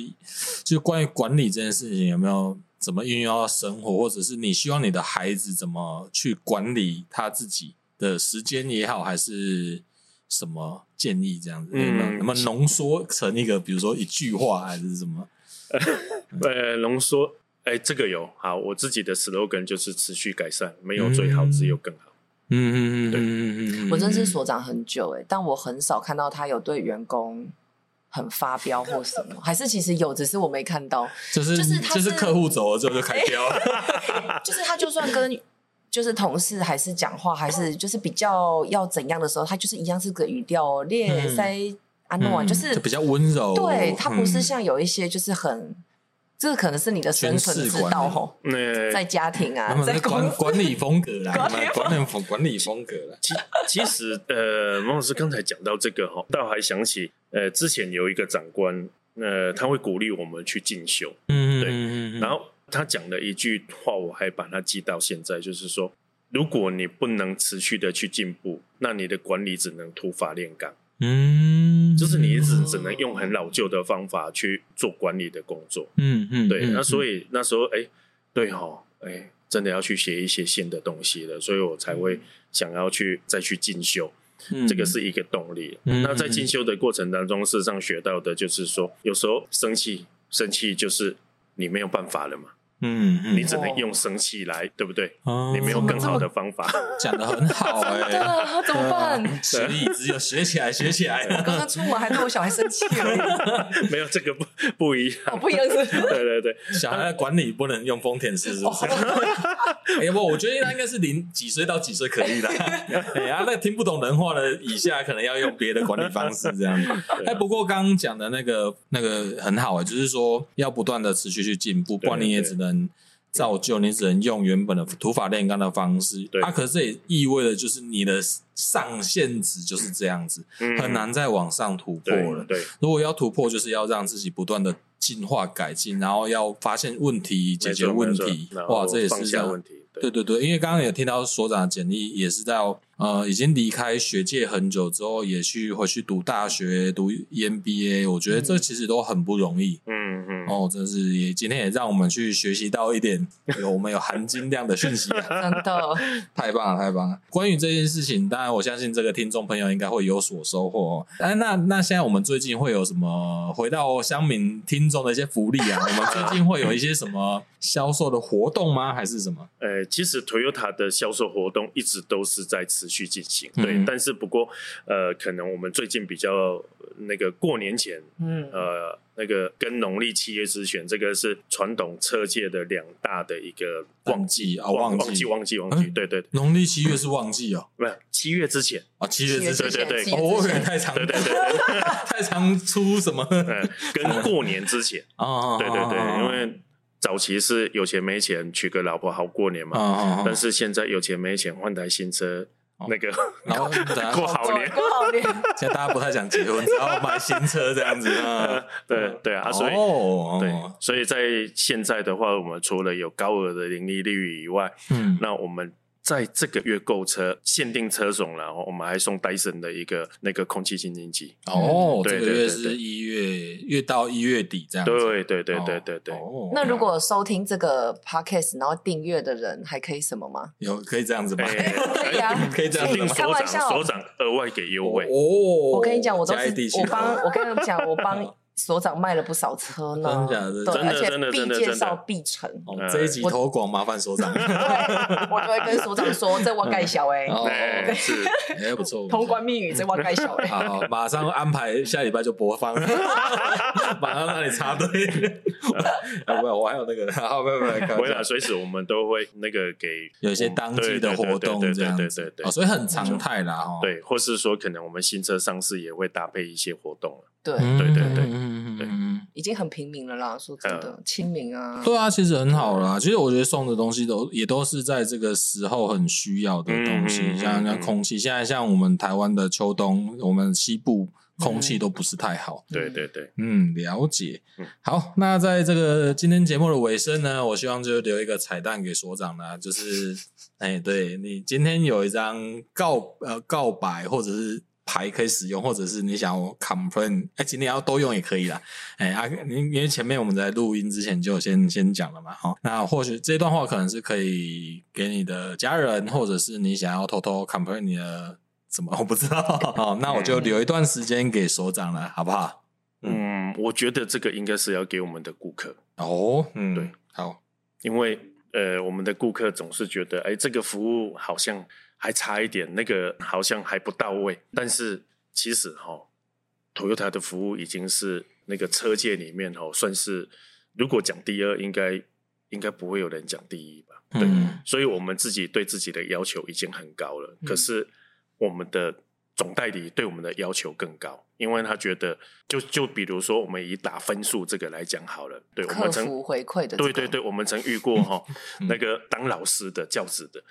A: 就关于管理这件事情，有没有怎么运用到生活，或者是你希望你的孩子怎么去管理他自己的时间也好，还是什么建议这样子？
C: 嗯
A: 有没有有没有浓缩成一个，比如说一句话还是什么？
C: 呃，浓缩，哎，这个有好，我自己的 slogan 就是持续改善，没有最好，
A: 嗯
C: 只有更好。
A: 嗯嗯嗯嗯嗯嗯，
B: 我认识所长很久哎、但我很少看到他有对员工很发飙或什 <laughs> 么，还是其实有，只是我没看到。
A: 就是
B: 就是他是
A: 就是客户走了之后就开
B: <laughs>
A: 标了，
B: 就是他就算跟 <laughs> 就是同事还是讲话，还是就是比较要怎样的时候，他就是一样是个语调哦，列
A: 嗯
B: 塞安诺啊，就是
A: 比较温柔，
B: 对他不是
A: 嗯
B: 像有一些就是很，这可能是你的生存之道哦，
C: 那
B: 在家庭
A: 他
B: 啊，
A: 们
B: 在
A: 是
B: 公
A: 管
B: 司。
A: 管理风格啦，
B: <laughs> 管理风格
A: 管理风管理风格啦。
C: 其其实，呃，王老师刚才讲到这个哈，倒还想起，呃，之前有一个长官，呃，他会鼓励我们去进修，
A: 嗯
C: 对
A: 对
C: 然后他讲了一句话，我还把它记到现在，就是说，如果你不能持续的去进步，那你的管理只能土法炼钢，
A: 嗯，
C: 就是你只
B: 嗯
C: 只能用很老旧的方法去做管理的工作。
A: 嗯嗯，
C: 对，
A: 嗯
C: 那所
A: 以
C: 以那时候，哎，对哈、哎，真的要去学一些新的东西了，所以我才
A: 嗯
C: 会想要去再去进修。这个是一个动力。
A: 嗯
C: 那在进修的过程当中，事实上学到的就是说，有时候生气，生气就是你没有办法了嘛，
A: 嗯嗯，
C: 你只能用生气来，对不对？
A: 哦
C: 你没有更好的方法。 <laughs>
A: 讲的很好
B: 真
A: 哎，
B: 的，他怎么办？
A: 学以致用，学起来，学起来。
B: 刚刚出门还对我小孩生气了，
C: 没有这个不不一样。 <laughs>
B: 我不一样是
C: 对对对，
A: 小孩的管理不能用丰田式，是不是？
C: 哦
A: <laughs> 哎不，我觉得那应该是零几岁到几岁可
C: <laughs>
A: 以的。哎呀，那听不懂人话的以下，可能要用别的管理方式这样
C: 啊
A: 子。哎，不过刚刚讲的那个那个很好啊、就是说要不断的持续去进步，不然你也只能造就，你只能用原本的土法炼钢的方式。
C: 对
A: 啊，可是这也意味着就是你的上限值就是这样子，
C: 嗯
A: 很难再往上突破
C: 对
A: 了。
C: 对，
A: 如果要突破，就是要让自己不断的进化改进，然后要发现问题、解决
C: 没错
A: 问题
C: 没错。然后
A: 哇，这也
C: 放
A: 是这
C: 下
A: 样
C: 问题。
A: 对，对对，因为刚刚有听到所长的简历，也是在呃已经离开学界很久之后，也去回去读大学、读 EMBA，我觉得这其实都很不容易。
C: 嗯嗯，
A: 哦，真是也今天也让我们去学习到一点有我们有含金量的讯息、
C: <laughs>
A: 啊，
B: 真的，
A: 太棒了，太棒了！关于这件事情，当然我相信这个听众朋友应该会有所收获、哦。哎，那那现在我们最近会有什么？回到乡民听众的一些福利
C: <laughs>
A: 啊，我们最近会有一些什么销售的活动吗？还是什么？
C: 呃，其实 Toyota 的销售活动一直都是在持续进行，
A: 嗯
C: 对。但是不过，呃，可能我们最近比较呃那个过年前，
B: 嗯，
C: 呃，那个跟农历七月之选，这个是传统车界的两大的一个
A: 旺
C: 旺
A: 季啊，
C: 忘
A: 旺
C: 记
A: 季，
C: 忘记忘记，
A: 嗯
C: 对对对，
A: 农历七月是旺季哦，
C: 不是七月之前，
A: 啊，七月之
B: 七
A: 前，
B: 月之
C: 对
B: 前
C: 对对
B: 七
A: 哦我以
B: 月之
A: 为
B: 前，
A: 太长，
C: 对对对对，
A: <laughs> 太长出什么？
C: 嗯，跟过年之前，
A: 哦，
C: 对 <laughs> 对对，因为早期是有钱没钱娶个老婆好过年嘛，
A: 啊，
C: 但是现在有钱没钱换台新车，那 <laughs> 个
A: 然后等下
C: 过好年，
B: 过好年，
A: 现在大家不太想结婚，只要买新车这样子啊。
C: 对对 <laughs> 啊，所以
A: 哦，
C: 对，所以在现在的话，我们除了有高额的盈利率以外，
A: 嗯，
C: 那我们在这个月购车限定车种然后我们还送戴森的一个那个空气清净机。
A: 哦，
C: 嗯对
A: 这个
C: 对
A: 月
C: 对
A: 是
C: 对
A: 一月，月到一月底这样子。
C: 对对对对
A: 哦
C: 对对，
A: 哦
B: 那如果收听这个 podcast，然后订阅的人还可以什么吗？
A: 有可以这样子吗？
C: 哎
B: 可以
A: <laughs>
B: 啊，
A: 可以这样
C: 指
A: 子
C: 定
A: 吗？
B: 开
C: 所
B: 玩
C: 长
B: 笑
C: 所长额外给优惠。
A: 哦，
B: 我跟你讲，我都
A: 嘉义地
B: 是
A: 区哦
B: 我帮我跟你讲，我帮所长卖了不少车呢，
A: 真的假的
B: 对，而
C: 真的
B: 且
C: 真
B: 必
C: 的真的
B: 介绍
C: 真的
B: 必成，
A: 哦
C: 呃
A: 这一集
B: 我
A: 投广麻烦所
B: <laughs>
A: 长。
B: 对，我就会跟所长说，这我盖小哎，
A: 哦，
C: 哎，
A: 哎，
C: 是，
A: 不错，不错
B: 通关。密语，这我盖小哎。
A: 好，马上安排下礼拜就播
B: <laughs>
A: 放， <laughs> 马上让你插队。 <laughs> 啊，不，我还有那个，好，不不不，开玩笑
C: 回来随时我们都会那个给
A: 有一些
C: 我们
A: 当季的活动
C: 对
A: 这
C: 对
A: 样
C: 对对
A: 子
C: 对，对
A: 哦，
C: 对，
A: 所以很常态啦，哦哈。
C: 对，或是说可能我们新车上市也会搭配一些活动。
B: 对，
A: 嗯，
C: 对对对
A: 嗯嗯嗯
C: 对
A: 嗯
B: 已经很平民了啦，说真的，亲民啊，
A: 对啊，其实很好啦。其实我觉得送的东西都也都是在这个时候很需要的东西，
C: 嗯嗯嗯
A: 像像空气。现在像我们台湾的秋冬，我们西部空
C: 嗯
A: 气都不是太好。
C: 对对对，
A: 嗯，了解
C: 嗯。
A: 好，那在这个今天节目的尾声呢，我希望就留一个彩蛋给所长啦，就是，哎、对你今天有一张告呃告白或者是牌可以使用，或者是你想要 complain，哎、今天要都用也可以啦。哎、啊，因因为前面我们在录音之前就有先先讲了嘛，哈、那或许这段话可能是可以给你的家人，或者是你想要偷偷 complain 你的。怎么我不知道？哦，那我就留一段时间给所长了，好不好？
C: 嗯，我觉得这个应该是要给我们的顾客，
A: 哦，嗯，
C: 对，
A: 好，
C: 因为呃，我们的顾客总是觉得，哎，这个服务好像还差一点，那个好像还不到位。但是其实哈、哦、，Toyota 的服务已经是那个车界里面哦，算是如果讲第二，应该应该不会有人讲第一吧？对，
A: 嗯
C: 所以我们自己对自己的要求已经很高了，
B: 嗯
C: 可是我们的总代理对我们的要求更高，因为他觉得就就比如说我们以打分数这个来讲好了，对我
B: 客
C: 们曾
B: 服回馈的、
C: 对对，
A: <laughs>
C: 对，我们曾遇过哈、
A: 嗯
C: 那个当老师的教职的，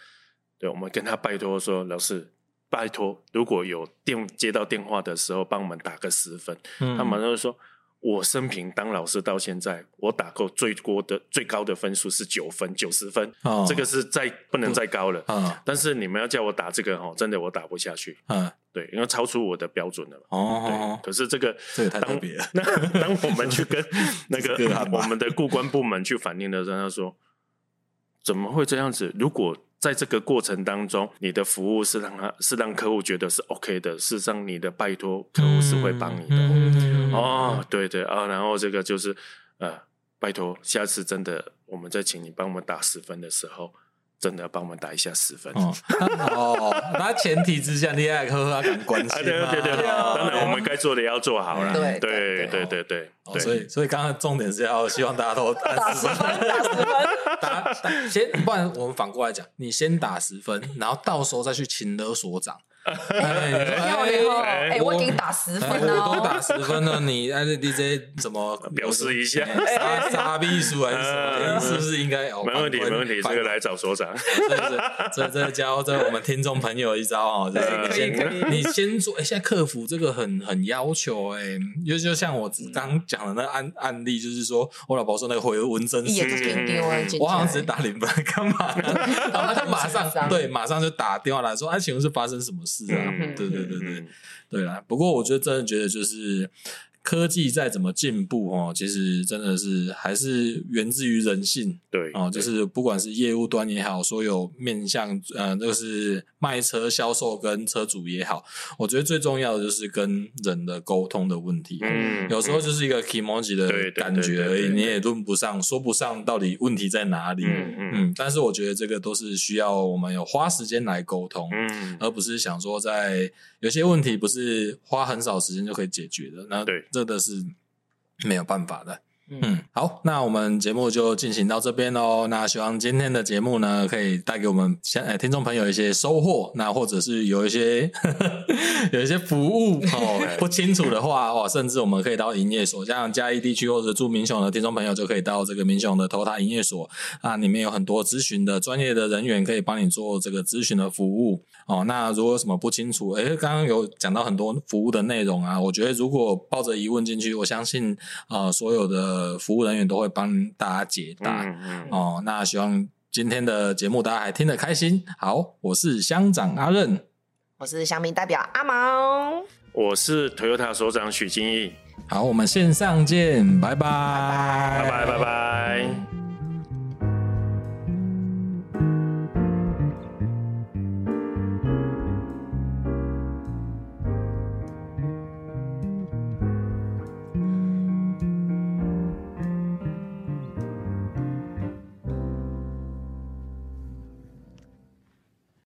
C: 对，我们跟他拜托说，老师，拜托，如果有电接到电话的时候，帮我们打个十分。
A: 嗯
C: 他马上就说，我生平当老师到现在，我打过最多的最高的分数是九分，九十分，
A: 哦
C: 这个是再不能再高了。
A: 嗯
C: 但是你们要叫我打这个哈，真的我打不下去，
A: 嗯，
C: 对，因为超出我的标准了嘛。对
A: 哦，，
C: 可是这个
A: 这也太
C: 当
A: 特别了，
C: <laughs> 那当我们去跟那个
A: 这个很麻
C: 我们的过关部门去反映的时候，他说怎么会这样子？如果在这个过程当中，你的服务是让他是让客户觉得是 OK 的，事实上你的拜托客户是会帮你的。
A: 嗯
C: 哦，，对对啊，然后这个就是呃，拜托下次真的我们再请你帮我们打十分的时候，真的帮我们打一下十分。
A: 哦，那 <laughs> 哦，那前提之下，你爱喝他敢关心
C: <laughs> 啊，
A: 嘛，
C: 对对对，
A: 啊
C: 当然我们该做的要做好了，
B: 对
C: 对
B: 对
C: 对
A: 对
C: 对对
A: 哦
C: 对，
A: 所以所以刚刚重点是要希望大家
B: <laughs>
A: 都打
B: 打
A: 十
B: 十
A: 分
B: 分，，打十分，
A: 打打先，不然我们反过来讲，你先打十分，然后到时候再去请了所
C: <laughs>
A: 长。 <laughs> 哎你说
B: 你好你好，哎，我给你打 <laughs> 十分
A: 哎我都打
B: 哦，
A: 十分了，你哎 DJ 怎么
C: <laughs> 表示一下
A: 哎傻傻逼数还是什么？
C: 嗯
A: 是不是应该？哦
C: 没问题，
A: 反
C: 没问题，这
A: 反
C: 个来找所长。
A: 这这这教这我们听众朋友一招
C: <laughs>
A: 哦，就是
C: 哎
A: 你
B: 可以
A: 先你先做，哎，现在客服这个很很要求哎，就就像我刚讲的那案案例，就是说我老婆说那个回纹身
B: 也
A: 术
B: 不
A: 这个。
B: 定丢啊，
A: 哎我好像只打零分， <laughs> 干嘛？
B: <laughs>
A: 然后他就马
B: 很紧
A: 上
B: 张
A: 对，马上就打电话来说：“啊，请问是发生什么事啊？”
B: 嗯
A: 对对对对
C: 嗯，
A: 对啦。不过我觉得真的觉得就是科技再怎么进步哦，其实真的是还是源自于人性。
C: 对，
A: 哦，就是不管是业务端也好，所有面向呃，就是卖车销售跟车主也好，我觉得最重要的就是跟人的沟通的问题。
C: 嗯
A: 有时候就是一个 emoji
C: 对对
A: 的感觉而
C: 对对对
A: 已，
C: 对
A: 你也论不上，说不上到底问题在哪里。
C: 嗯嗯
A: 嗯，但是我觉得这个都是需要我们有花时间来沟通。
C: 嗯
A: 而不是想说在有些问题不是花很少时间就可以解决的，那
C: 对
A: 这个是没有办法的。
B: 嗯
A: 嗯，好，那我们节目就进行到这边喽。那希望今天的节目呢，可以带给我们先呃听众朋友一些收获，那或者是有一些 <laughs> 有一些服务哦不清楚的话哦，甚至我们可以到营业所，像嘉义地区或者住民雄的听众朋友就可以到这个民雄的投塔营业所啊，里面有很多咨询的专业的人员可以帮你做这个咨询的服务哦。那如果有什么不清楚，诶，刚刚有讲到很多服务的内容啊，我觉得如果抱着疑问进去，我相信呃所有的服务人员都会帮大家解答、
C: 嗯
A: 哦。那希望今天的节目大家还听得开心。好，我是乡长阿任，
B: 我是乡民代表阿毛，
C: 我是 Toyota 所长许金义，
A: 好，我们线上见，拜拜，拜
C: 拜拜拜拜。